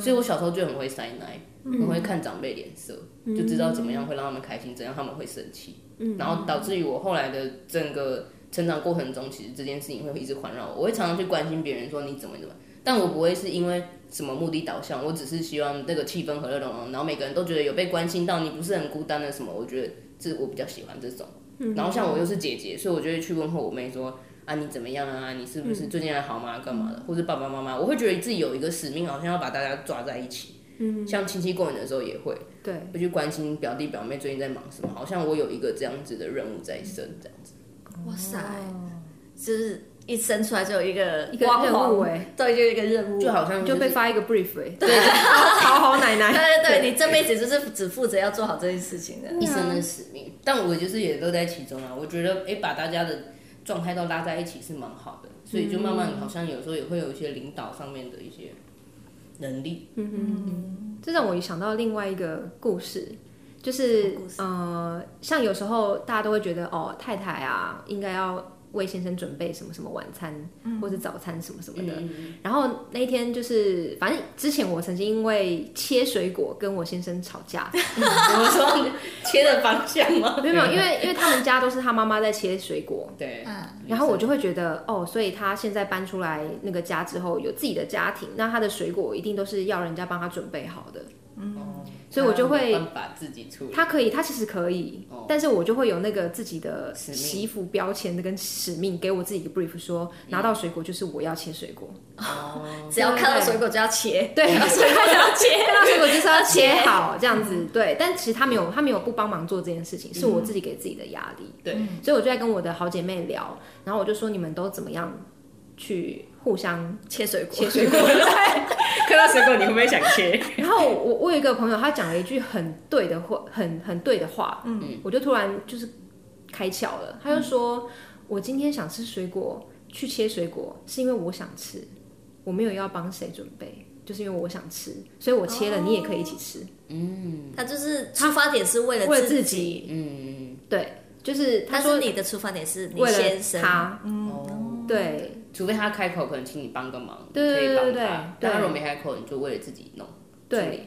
Speaker 3: 所以我小时候就很会塞奶，很会看长辈脸色，就知道怎么样会让他们开心，怎样他们会生气，然后导致于我后来的整个成长过程中，其实这件事情会一直环绕我，我会常常去关心别人说你怎么怎么样。但我不会是因为什么目的导向，我只是希望那个气氛和乐融融，然后每个人都觉得有被关心到，你不是很孤单的什么。我觉得这我比较喜欢这种。然后像我又是姐姐，所以我就会去问候我妹说啊你怎么样啊？你是不是最近还好吗？干嘛的？或者爸爸妈妈，我会觉得自己有一个使命，好像要把大家抓在一起。嗯，像亲戚过年的时候也会
Speaker 2: 对，
Speaker 3: 会去关心表弟表妹最近在忙什么，好像我有一个这样子的任务在身，这样子。
Speaker 2: *laughs*
Speaker 1: 哇塞，就是一生出来就有一个
Speaker 2: 一个
Speaker 1: 光环
Speaker 2: 任务欸
Speaker 1: 对，就有一个任务，
Speaker 3: 就好像
Speaker 2: 你就是被发一个 brief 哎，对，讨好奶
Speaker 1: 对
Speaker 2: 奶。
Speaker 1: 对对，你这辈子就是只负责要做好这件事情的。
Speaker 3: 一生
Speaker 2: 啊
Speaker 3: 的使命。但我就是也都在其中啊，我觉得诶，把大家的状态都拉在一起是蛮好的，所以就慢
Speaker 2: 嗯
Speaker 3: 慢好像有时候也会有一些领导上面的一些能力。
Speaker 2: 这让我想到另外一个故事，就是呃，像有时候大家都会觉得哦，太太啊，应该要为先生准备什么什么晚餐、或者早餐什么什么的。然后那一天就是，反正之前我曾经因为切水果跟我先生吵架，
Speaker 3: 怎么说切的方向吗？
Speaker 2: 没有没有，因为因为他们家都是他妈妈在切水果，
Speaker 3: 对，
Speaker 1: 嗯
Speaker 2: 然后我就会觉得，哦，所以他现在搬出来那个家之后，有自己的家庭，那他的水果一定都是要人家帮他准备好的。
Speaker 3: 哦
Speaker 2: 所以我就
Speaker 3: 没
Speaker 2: 会
Speaker 3: 有办法自己处理。
Speaker 2: 他可以，他其实可以，
Speaker 3: 哦
Speaker 2: 但是我就会有那个自己的
Speaker 3: 使命
Speaker 2: 媳妇标签跟使命，给我自己一个 brief，说
Speaker 3: 嗯
Speaker 2: 拿到水果就是我要切水果，
Speaker 3: 哦，
Speaker 1: 只要看到水果就要切，
Speaker 2: 嗯对，
Speaker 1: *laughs*
Speaker 3: 嗯
Speaker 1: 水果就要切。
Speaker 2: 看到水果就是要切好这样
Speaker 3: 嗯
Speaker 2: 子，对。但其实他没有，他没有不帮忙做这件事情，是我自己给自己的压力，
Speaker 3: 对，
Speaker 2: 所以我就在跟我的好姐妹聊，然后我就说你们都怎么样去互相
Speaker 1: 切水果，
Speaker 2: 切水果？
Speaker 3: 看到水果你会不会想切？ *laughs*
Speaker 2: *laughs* 然后我我有一个朋友，他讲了一句很对的话，很很对的话，嗯，我就突然就是开窍了。他就说、我今天想吃水果，去切水果，是因为我想吃，我没有要帮谁准备，就是因为我想吃，所以我切了，你也可以一起吃，
Speaker 1: 他就是出发点是嗯为了
Speaker 2: 为了
Speaker 1: 自
Speaker 2: 自己，
Speaker 3: 嗯，
Speaker 2: 对，就是他
Speaker 1: 但
Speaker 2: 说
Speaker 1: 是你的出发点是你
Speaker 2: 为
Speaker 1: 先
Speaker 2: 了
Speaker 1: 生，嗯
Speaker 2: 他，
Speaker 3: 哦，
Speaker 2: 对，
Speaker 3: 除非他开口，可能请你帮个忙，
Speaker 2: 对
Speaker 3: 可以
Speaker 2: 对对
Speaker 3: 帮
Speaker 2: 对
Speaker 3: 他。
Speaker 2: 对
Speaker 3: 但他如果没开口，你就为了自己弄。
Speaker 2: 对，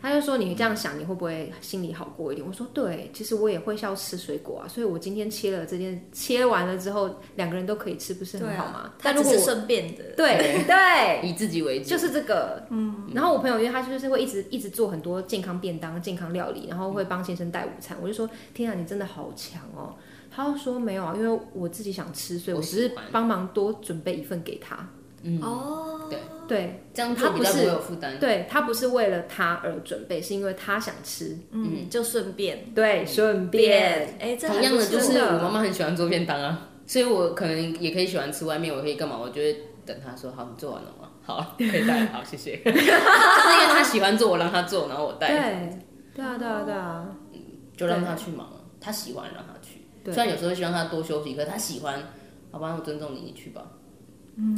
Speaker 2: 他就说你这样想，你会不会心里好过一点？我说对，其实我也会要吃水果啊，所以我今天切了这件，切完了之后两个人都可以吃，不是
Speaker 1: 对
Speaker 2: 很好
Speaker 1: 啊
Speaker 2: 吗？，
Speaker 1: 他
Speaker 2: 但
Speaker 1: 只
Speaker 2: 如果
Speaker 1: 是
Speaker 2: 我
Speaker 1: 顺便的，
Speaker 2: 对 *laughs* 对，
Speaker 3: 以自己为主，
Speaker 2: 就是这个，嗯。然后我朋友因为他就是会一直一直做很多健康便当、健康料理，然后会帮先生带午餐，我就说天啊，你真的好强哦。他就说没有啊，因为我自己想吃，所以
Speaker 3: 我
Speaker 2: 我只
Speaker 3: 喜
Speaker 2: 是
Speaker 3: 欢
Speaker 2: 帮忙多准备一份给他。嗯
Speaker 1: 哦，
Speaker 3: 对
Speaker 2: 对，
Speaker 3: 这样
Speaker 2: 他
Speaker 3: 做比
Speaker 2: 不
Speaker 3: 较
Speaker 2: 是
Speaker 3: 不会有负担。
Speaker 2: 对他不是为了他而准备，是因为他想吃，
Speaker 1: 嗯，就顺便
Speaker 2: 对，顺便
Speaker 1: 便，哎，这
Speaker 3: 同样的，
Speaker 1: 还不
Speaker 3: 就
Speaker 1: 错
Speaker 3: 是
Speaker 2: 真的
Speaker 3: 我妈妈很喜欢做便当啊，所以我可能也可以喜欢吃外面，我可以干嘛？我就会等她说好，你做完了吗？好，可以带了，好，谢谢。 *laughs* 就是因为她喜欢做，我让她做，然后我带，
Speaker 2: 对，对啊，对啊，对啊，
Speaker 3: 就让她去忙啊。她喜欢让她去，
Speaker 2: 对
Speaker 3: 虽然有时候希望她多休息，可是她喜欢，好吧，我尊重你，你去吧，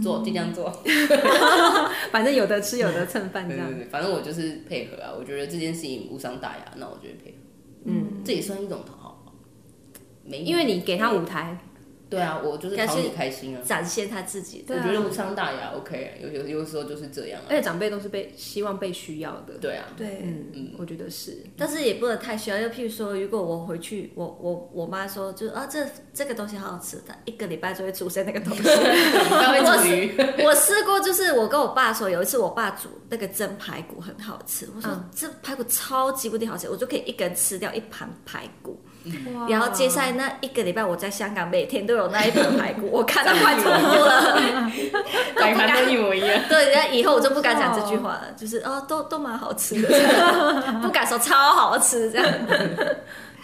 Speaker 3: 做尽量做。
Speaker 2: 反正有的吃，有的蹭饭这 *laughs*
Speaker 3: 对
Speaker 2: 样
Speaker 3: 对。对，反正我就是配合啊。我觉得这件事情无伤大雅，那我就会配合。嗯，这也算一种讨好吧。没有，
Speaker 2: 因为你给他舞台，
Speaker 3: 对啊，我就是讨你开心啊。
Speaker 1: 展现他自己
Speaker 2: 对
Speaker 1: 的
Speaker 2: 啊哎
Speaker 3: 我觉得无伤大雅，OK，啊有有有时候就是这样
Speaker 2: 而
Speaker 3: 啊。
Speaker 2: 且长辈都是被希望被需要的，
Speaker 3: 对啊， *laughs*
Speaker 1: 对
Speaker 2: 嗯，我觉得是，
Speaker 1: 但是也不能太需要。就譬如说，如果我回去，我我我妈说，就是啊，这这个东西好好吃，她一个礼拜就会出现那个东西。
Speaker 3: 啊他会煮鱼，
Speaker 1: 我试过，就是我跟我爸说，有一次我爸煮那个蒸排骨很好吃，我说、
Speaker 2: 嗯
Speaker 1: 这排骨超级无敌好吃，我就可以一个人吃掉一盘排骨。
Speaker 2: 哇
Speaker 1: 然后接下来那一个礼拜我在香港，每天都有那一盘排骨，我看到快吐了。
Speaker 3: 摆盘都一模一样。
Speaker 1: 对，人家以后我就不敢讲这句话了，就是哦，都都蛮好吃的，这样不敢说超好吃这样。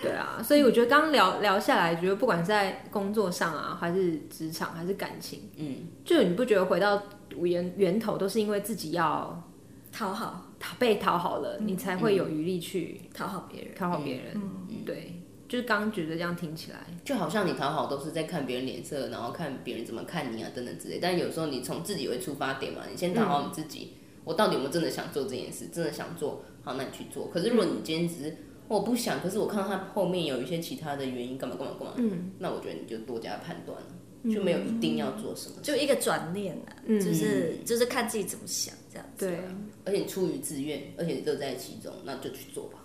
Speaker 2: 对啊，所以我觉得刚刚聊聊下来，觉得不管在工作上啊，还是职场，还是感情，
Speaker 3: 嗯，
Speaker 2: 就你不觉得回到源源头都是因为自己要
Speaker 1: 讨好
Speaker 2: 讨被讨好了，你才会有余力去
Speaker 1: 讨好别人，
Speaker 2: 讨好别人，嗯对，就是刚刚觉得这样听起来。
Speaker 3: 就好像你讨好都是在看别人脸色，然后看别人怎么看你啊，等等之类。但有时候你从自己为出发点嘛，你先讨好你自己，我到底有没有真的想做这件事？真的想做，好，那你去做。可是如果你今天只是我不想，可是我看到他后面有一些其他的原因，干嘛干嘛干嘛，嗯，那我觉得你就多加判断
Speaker 2: 嗯
Speaker 3: 了，就没有一定要做什么，
Speaker 1: 就一个转念啊，就是就是看自己怎么想这样子。
Speaker 2: 对，
Speaker 3: 而且你出于自愿，而且你乐在其中，那就去做吧。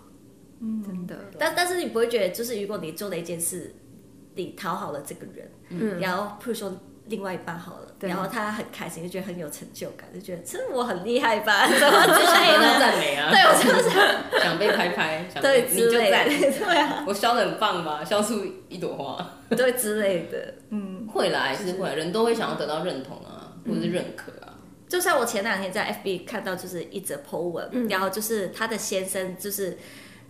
Speaker 2: 真的，
Speaker 1: 但但是你不会觉得，就是如果你做了一件事，你讨好了这个人，嗯，然后譬如说另外一半好了，
Speaker 2: 对
Speaker 1: 然后他很开心，就觉得很有成就感，就觉得这我很厉害吧，什么之类
Speaker 3: 都
Speaker 1: 的。
Speaker 3: 赞美啊！
Speaker 1: 对，我就是
Speaker 3: *laughs* 想被拍拍，想被
Speaker 1: 对
Speaker 3: 你就
Speaker 1: 之类
Speaker 3: 赞，
Speaker 1: 的， *laughs* 对啊，
Speaker 3: 我削的很棒吧，削出一朵花，
Speaker 1: *laughs* 对之类的。
Speaker 3: 会啦，还是会，人都会想要得到认同啊，
Speaker 1: 嗯
Speaker 3: 或者是认可啊，
Speaker 1: 就像我前两天在 FB 看到，就是一则 po 文，
Speaker 3: 嗯
Speaker 1: 然后就是他的先生，就是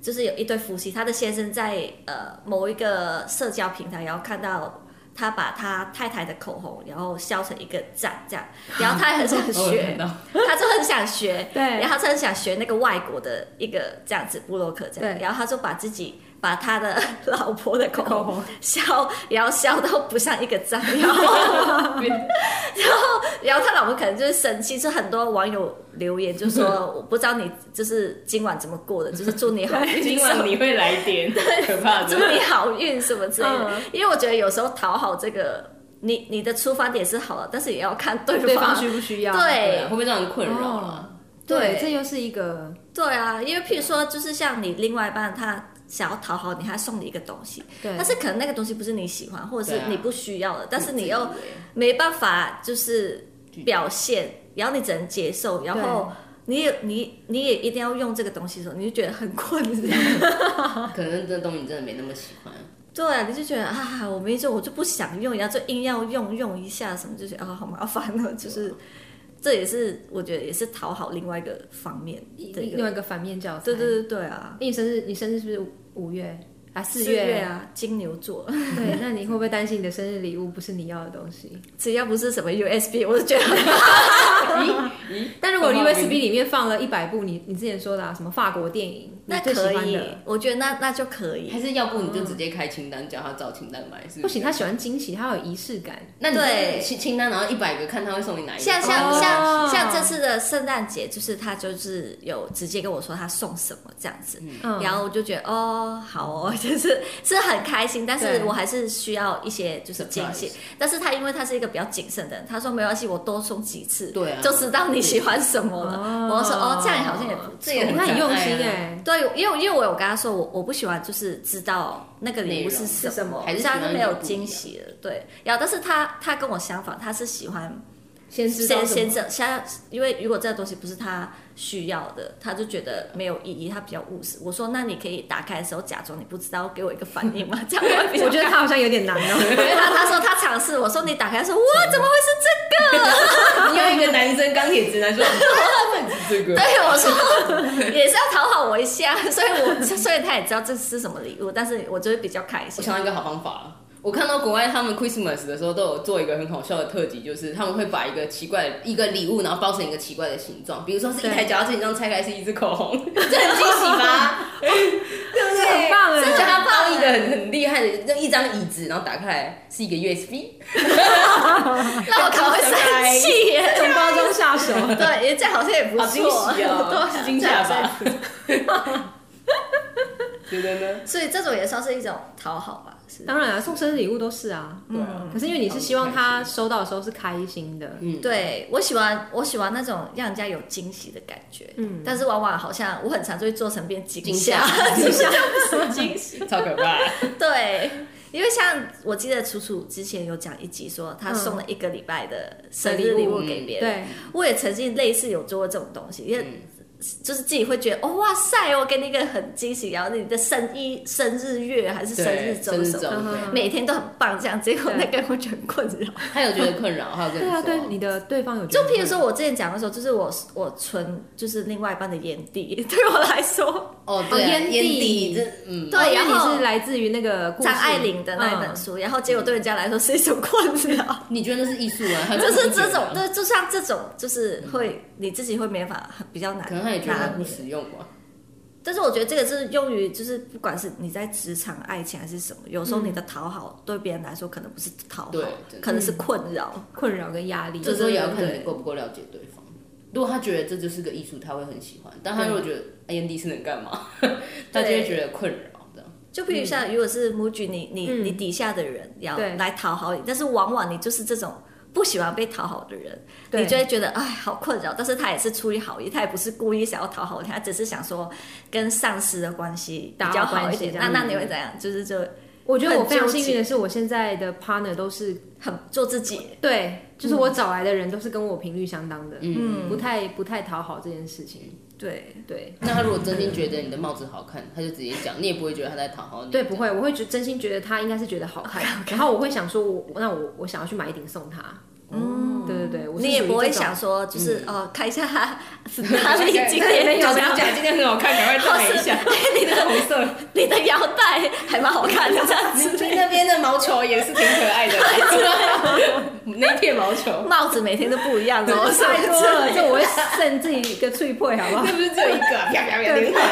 Speaker 1: 就是有一对夫妻，他的先生在呃某一个社交平台，然后看到他把他太太的口红，然后削成一个赞这样，然后他也很想
Speaker 3: 哦我有看
Speaker 1: 学， *laughs*
Speaker 3: 到，
Speaker 1: 他就很想学，
Speaker 2: 对
Speaker 1: 然后他就很想学那个外国的一个这样子布洛克这样，
Speaker 2: 对
Speaker 1: 然后他就把自己。把他的 *laughs* 老婆的口
Speaker 2: 口
Speaker 1: 红
Speaker 2: 红
Speaker 1: 削，然后削到不像一个赞，然后然后他老婆可能就是生气，就很多网友留言就说：“我不知道你就是今晚怎么过的，就是祝你好运，
Speaker 3: 今晚你会来点，可怕
Speaker 1: 祝
Speaker 3: 的。
Speaker 1: 你好运什么之类的。
Speaker 2: 嗯
Speaker 1: 因为我觉得有时候讨好这个，你你的出发点是好了，但是也要看对
Speaker 2: 对方
Speaker 1: 方。
Speaker 2: 需不需要？
Speaker 3: 对啊，
Speaker 1: 对
Speaker 3: 会不会让人困扰
Speaker 1: 哦
Speaker 3: 啊？
Speaker 2: 对
Speaker 1: 对，
Speaker 2: 这又是一个
Speaker 1: 对啊，因为譬如说，就是像你另外一半他想要讨好你，他送你一个东西，
Speaker 2: 对，
Speaker 1: 但是可能那个东西不是你喜欢，或者
Speaker 3: 对
Speaker 1: 是
Speaker 3: 啊
Speaker 1: 你不需要的，但是你又
Speaker 3: 自以为
Speaker 1: 没办法就是表现，然后你只能接受，然后你也你你也一定要用这个东西的时候，你就觉得很困扰。
Speaker 3: 可能这东西你真的没那么喜欢。
Speaker 1: 对啊，你就觉得啊，我没做，我就不想用，然后就硬要用用一下什么，就觉得啊，好麻烦哦。就是这也是我觉得也是讨好另外一个方面的一
Speaker 2: 另
Speaker 1: 个。
Speaker 2: 外一个反面教材。
Speaker 1: 对对对对啊，
Speaker 2: 你生日，你生日是不是五月啊？四 *laughs*
Speaker 1: 四
Speaker 2: 月。
Speaker 1: 啊，金牛座， *laughs*
Speaker 2: 对，那你会不会担心你的生日礼物不是你要的东西？
Speaker 1: 只要不是什么 USB，我就觉得
Speaker 2: 但如果
Speaker 3: 很好
Speaker 2: USB 里面放了一百部，你你之前说的、啊、什么法国电影，
Speaker 1: 那
Speaker 2: *laughs* 你最喜
Speaker 1: 可
Speaker 2: 欢
Speaker 1: 以
Speaker 2: 的，，
Speaker 1: 我觉得那那就可以。
Speaker 3: 还是要不你就直接开清单，叫他照清单买，是
Speaker 2: 不
Speaker 3: 不
Speaker 2: 行，
Speaker 3: 是？
Speaker 2: 他喜欢惊喜，他有仪式感。
Speaker 3: 那你
Speaker 1: 对
Speaker 3: 就清清单，然后一百个看他会送你哪一个。
Speaker 1: 像像
Speaker 2: 哦
Speaker 1: 像像这次的圣诞节，就是他就是有直接跟我说他送什么这样子，
Speaker 2: 嗯，
Speaker 1: 然后我就觉得哦，好哦， *laughs* 就是是很开心，但是
Speaker 2: 对
Speaker 1: 我还是需要一些就是惊喜
Speaker 3: Surprise。
Speaker 1: 但是他因为他是一个比较谨慎的人，他说没关系，我多送几次，
Speaker 3: 对啊
Speaker 1: 就知道你喜欢什么了。
Speaker 2: 哦
Speaker 1: 我说哦，这样好像也不错。
Speaker 3: 这也
Speaker 2: 你看很用心
Speaker 3: 很可爱
Speaker 2: 哎、
Speaker 1: 对，因为因为我有跟他说，我我不喜欢就是知道那个礼物是什
Speaker 2: 内容是什么
Speaker 1: 么，
Speaker 3: 还是
Speaker 1: 这样
Speaker 3: 喜
Speaker 1: 就
Speaker 3: 欢礼物
Speaker 1: 没有
Speaker 3: 不一
Speaker 1: 惊
Speaker 3: 样
Speaker 1: 喜了。对，然后但是他他跟我相反，他是喜欢
Speaker 2: 先知道
Speaker 1: 先
Speaker 2: 什
Speaker 1: 先
Speaker 2: 么？
Speaker 1: 生，先因为如果这个东西不是他需要的，他就觉得没有意义，他比较务实。我说，那你可以打开的时候假装你不知道，给我一个反应嘛，这样我会比较。
Speaker 2: *laughs* 我觉
Speaker 1: *laughs*
Speaker 2: 得他好像有点难哦、
Speaker 1: 他他说他尝试，我说你打开说，哇，怎么会 *laughs* 是
Speaker 3: *laughs* 你有一个男生钢铁直男 *laughs* 说，他们这
Speaker 1: 这？
Speaker 3: 个
Speaker 1: 对我说也是要讨好我一下，所以我所以他也知道这是什么礼物，但是我就是比较开
Speaker 3: 我
Speaker 1: 心。
Speaker 3: 想到一个好方法了。我看到国外他们 Christmas 的时候都有做一个很好笑的特辑，就是他们会把一个奇怪的一个礼物，然后包成一个奇怪的形状，比如说是一台脚踏车形状，拆开是一支口红，这很惊喜 *laughs* 吧？对
Speaker 2: 这
Speaker 3: 不对？
Speaker 2: 很棒哎
Speaker 3: 这叫他包一个很很厉害的，那一张椅子，然后打开来是一个 USB，
Speaker 1: 那我可能会生气耶。
Speaker 2: 从包装下手，
Speaker 1: *laughs*
Speaker 2: *laughs*
Speaker 1: 对，也这好像也不
Speaker 3: 好惊
Speaker 1: 错，
Speaker 3: 喜 *laughs*
Speaker 1: *laughs*
Speaker 3: 哦，
Speaker 1: 对
Speaker 3: 是惊吓吧？ *laughs* 觉得呢？
Speaker 1: 所以这种也算是一种讨好吧，是。
Speaker 2: 当然啊，送生日礼物都是啊。
Speaker 3: 嗯
Speaker 2: 可是因为你是希望他收到的时候是开心的，
Speaker 3: 嗯，
Speaker 1: 对我喜欢我喜欢那种让人家有惊喜的感觉，
Speaker 2: 嗯
Speaker 1: 嗯，但是往往好像我很常就会做成变惊
Speaker 3: 惊
Speaker 1: 吓
Speaker 3: 吓，
Speaker 1: 惊吓不是惊喜，
Speaker 3: *laughs* 超可 *laughs* 怕。
Speaker 1: *laughs* 对，因为像我记得楚楚之前有讲一集说，她送了一个礼拜的嗯生日礼物
Speaker 3: 嗯
Speaker 2: *laughs*
Speaker 1: 给别
Speaker 2: *laughs*
Speaker 1: 人，
Speaker 2: 对，啊
Speaker 1: 我也曾经类似有做过这种东西，因为
Speaker 3: 嗯
Speaker 1: 就是自己会觉得哦哇塞，我给你一个很惊喜，然后你的生一生日月还是生日
Speaker 3: 对，
Speaker 1: 周
Speaker 3: 生
Speaker 1: 什
Speaker 3: 日
Speaker 1: 么
Speaker 3: 周
Speaker 1: 的，
Speaker 2: 嗯
Speaker 3: 对
Speaker 1: 每天都很棒这样，结果那个我觉得很困扰。
Speaker 3: 他有觉得困扰，还有跟你
Speaker 2: 对啊，
Speaker 3: 说，
Speaker 2: 对你的对方有觉得
Speaker 1: 就譬如说，我之前讲的时候，就是我我存就是另外一半的眼底， *laughs* 对我来说，
Speaker 3: 哦，对啊，
Speaker 2: 哦烟蒂
Speaker 3: 烟蒂，这嗯，
Speaker 1: 对
Speaker 2: 因为
Speaker 1: 然后
Speaker 2: 你是来自于那个故事
Speaker 1: 张爱玲的那一本
Speaker 2: 嗯
Speaker 1: 书，然后结果对人家来说是一种困 *laughs* 扰，
Speaker 3: 你觉得那是艺术啊？他
Speaker 1: 就是
Speaker 3: 不觉
Speaker 1: 这
Speaker 3: 得
Speaker 1: 种，对，就像这种，就是会你自己会没法比较难
Speaker 3: 可能他也觉
Speaker 1: 拿
Speaker 3: 得
Speaker 1: 捏
Speaker 3: 不。实用吧。
Speaker 1: 但是我觉得这个是用于，就是不管是你在职场、爱情还是什么，有时候你的讨好对别人来说可能不是讨好
Speaker 3: 对真的，
Speaker 1: 可能是困扰。
Speaker 2: 困扰跟压力，
Speaker 3: 这时候也要看
Speaker 1: 对
Speaker 3: 你够不够了解对方。如果他觉得这就是个艺术，他会很喜欢；但他如果觉得哎烟蒂是能干嘛，他就会觉得困扰这样。
Speaker 1: 就比如像，如果是母举你你
Speaker 2: 嗯
Speaker 1: 你底下的人要
Speaker 2: 对
Speaker 1: 来讨好你，但是往往你就是这种不喜欢被讨好的人，
Speaker 2: 对
Speaker 1: 你就会觉得哎好困扰。但是他也是出于好意，他也不是故意想要讨好你，他只是想说跟上司的关系比较好
Speaker 2: 打好关
Speaker 1: 一点。那
Speaker 2: 系这样
Speaker 1: 那你会怎样？就是就
Speaker 2: 我觉得我非常幸运的是，我现在的 partner 都是
Speaker 1: 很做自己，
Speaker 2: 对，嗯就是我找来的人都是跟我频率相当的，
Speaker 3: 嗯，
Speaker 2: 不太不太讨好这件事情。
Speaker 1: 对
Speaker 2: 对
Speaker 3: 那他如果真心觉得你的帽子好看，他就直接讲，你也不会觉得他在讨好你。
Speaker 2: 对，不会，我会觉真心觉得他应该是觉得好看，然后我会想说我，那我我想要去买一顶送他。嗯，对对对，我是
Speaker 1: 你也
Speaker 2: 属于
Speaker 1: 不会
Speaker 2: 这种 *laughs* 嗯
Speaker 1: 想说就是哦看一下他 *laughs* 哪里今
Speaker 3: 对
Speaker 1: 天
Speaker 3: 没有
Speaker 1: 怎
Speaker 3: 讲
Speaker 1: 样，
Speaker 3: 讲今天很好看，赶快再买一下。你的 *laughs* 红色，
Speaker 1: 你的腰带还蛮好看的这
Speaker 2: *laughs*
Speaker 1: 样子。
Speaker 3: 你那边的毛球也是挺可爱的， *laughs* 那片毛球，
Speaker 1: 帽子每天都不一样哦，是
Speaker 2: 太多了，就
Speaker 1: 就
Speaker 2: 我会剩自己一个脆配，好不
Speaker 1: *laughs*
Speaker 2: 好
Speaker 3: 那？不 *laughs* 是只有一个啊，啪啪啪
Speaker 2: 对
Speaker 3: 零块。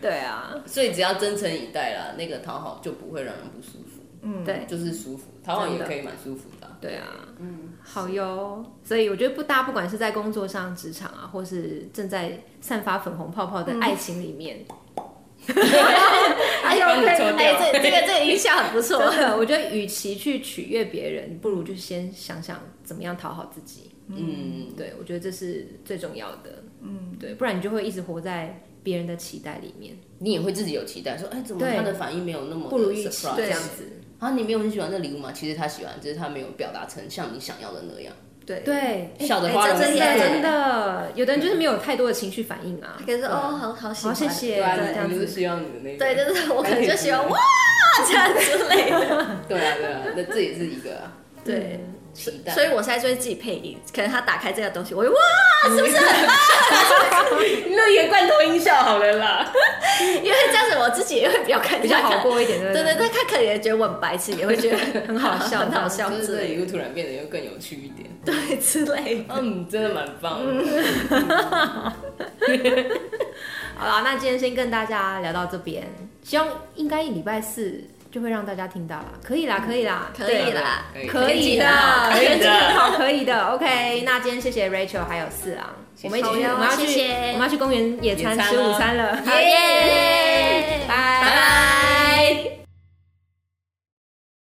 Speaker 2: *laughs* 对啊，
Speaker 3: 所以只要真诚以待啦，那个讨好就不会让人不舒服，
Speaker 1: 嗯
Speaker 2: 对
Speaker 3: 就是舒服，讨好也可以蛮舒服的啊、
Speaker 2: 对啊，嗯，好哟。所以我觉得不搭，不管是在工作上、职场啊，或是正在散发粉红泡泡
Speaker 1: 嗯
Speaker 2: 的爱情里面，
Speaker 1: 哎呦，
Speaker 3: 帮你
Speaker 1: 对
Speaker 3: 抽掉
Speaker 1: 哎，这这个这个音效很不 *laughs* 错。
Speaker 2: 真的， *laughs* 我觉得与其去取悦别人，不如就先想想怎么样讨好自己。
Speaker 3: 嗯，
Speaker 2: 对，我觉得这是最重要的。嗯，对，不然你就会一直活在别人的期待里面，
Speaker 3: 你也会自己有期待，说哎，怎么
Speaker 2: 对
Speaker 3: 他的反应没有那么的
Speaker 2: 不如预期
Speaker 3: surprise
Speaker 2: 这
Speaker 1: 对
Speaker 2: 样子。
Speaker 3: 啊，你没有很喜欢这礼物吗？其实他喜欢，只是他没有表达成像你想要的那样。
Speaker 1: 对，
Speaker 2: 对，哎
Speaker 3: 笑得
Speaker 1: 哎
Speaker 3: 花
Speaker 1: 这
Speaker 3: 容
Speaker 2: 真
Speaker 3: 失
Speaker 2: 的
Speaker 1: 耶
Speaker 3: 色。
Speaker 2: 真的，有的人就是没有太多的情绪反应啊。
Speaker 1: 可以说哦，好好喜
Speaker 2: 好，
Speaker 1: 欢，
Speaker 2: 谢谢，
Speaker 3: 对啊，
Speaker 2: 这样
Speaker 3: 你你
Speaker 2: 子
Speaker 3: 是希望你的那个
Speaker 1: 对，就是我可能就喜
Speaker 3: *laughs*
Speaker 1: 欢
Speaker 3: 对
Speaker 1: 哇这样之类的，
Speaker 3: 对啊对啊，那这也是一个啊
Speaker 1: *laughs* 对。
Speaker 3: 期待。
Speaker 1: 所以我现在就会自己配音，可能他打开这个东西，我就哇，是不是？
Speaker 3: 那个罐头音效好了啦，
Speaker 1: 因为这样子我自己也会比较开心，
Speaker 2: 比较好。过一点，对不
Speaker 1: 对对对，他可能也觉得我很白痴，也会觉得
Speaker 2: 很好笑
Speaker 1: 很好笑
Speaker 3: 就是
Speaker 1: 之
Speaker 3: 这
Speaker 1: 类
Speaker 3: 里
Speaker 1: 的，
Speaker 3: 又突然变得又更有趣一点。
Speaker 1: 对之类的。
Speaker 3: 嗯，真的蛮棒的。
Speaker 2: 好啦，那今天先跟大家聊到这边，希望应该礼拜四就会让大家听到啦，可以啦，可以啦，
Speaker 1: 可以
Speaker 2: 啦，
Speaker 1: 啦
Speaker 3: 可以
Speaker 2: 可以的，
Speaker 3: 可以的
Speaker 2: 天气很好，可以的。OK，那今天谢谢 Rachel 还有四郎，我们一起去，
Speaker 1: 好哟
Speaker 2: 我们要去
Speaker 1: 谢谢，
Speaker 2: 我们要去公园野餐
Speaker 3: 野餐
Speaker 2: 吃午
Speaker 3: 咯
Speaker 2: 餐了，
Speaker 1: 好耶
Speaker 2: 拜
Speaker 1: 拜拜。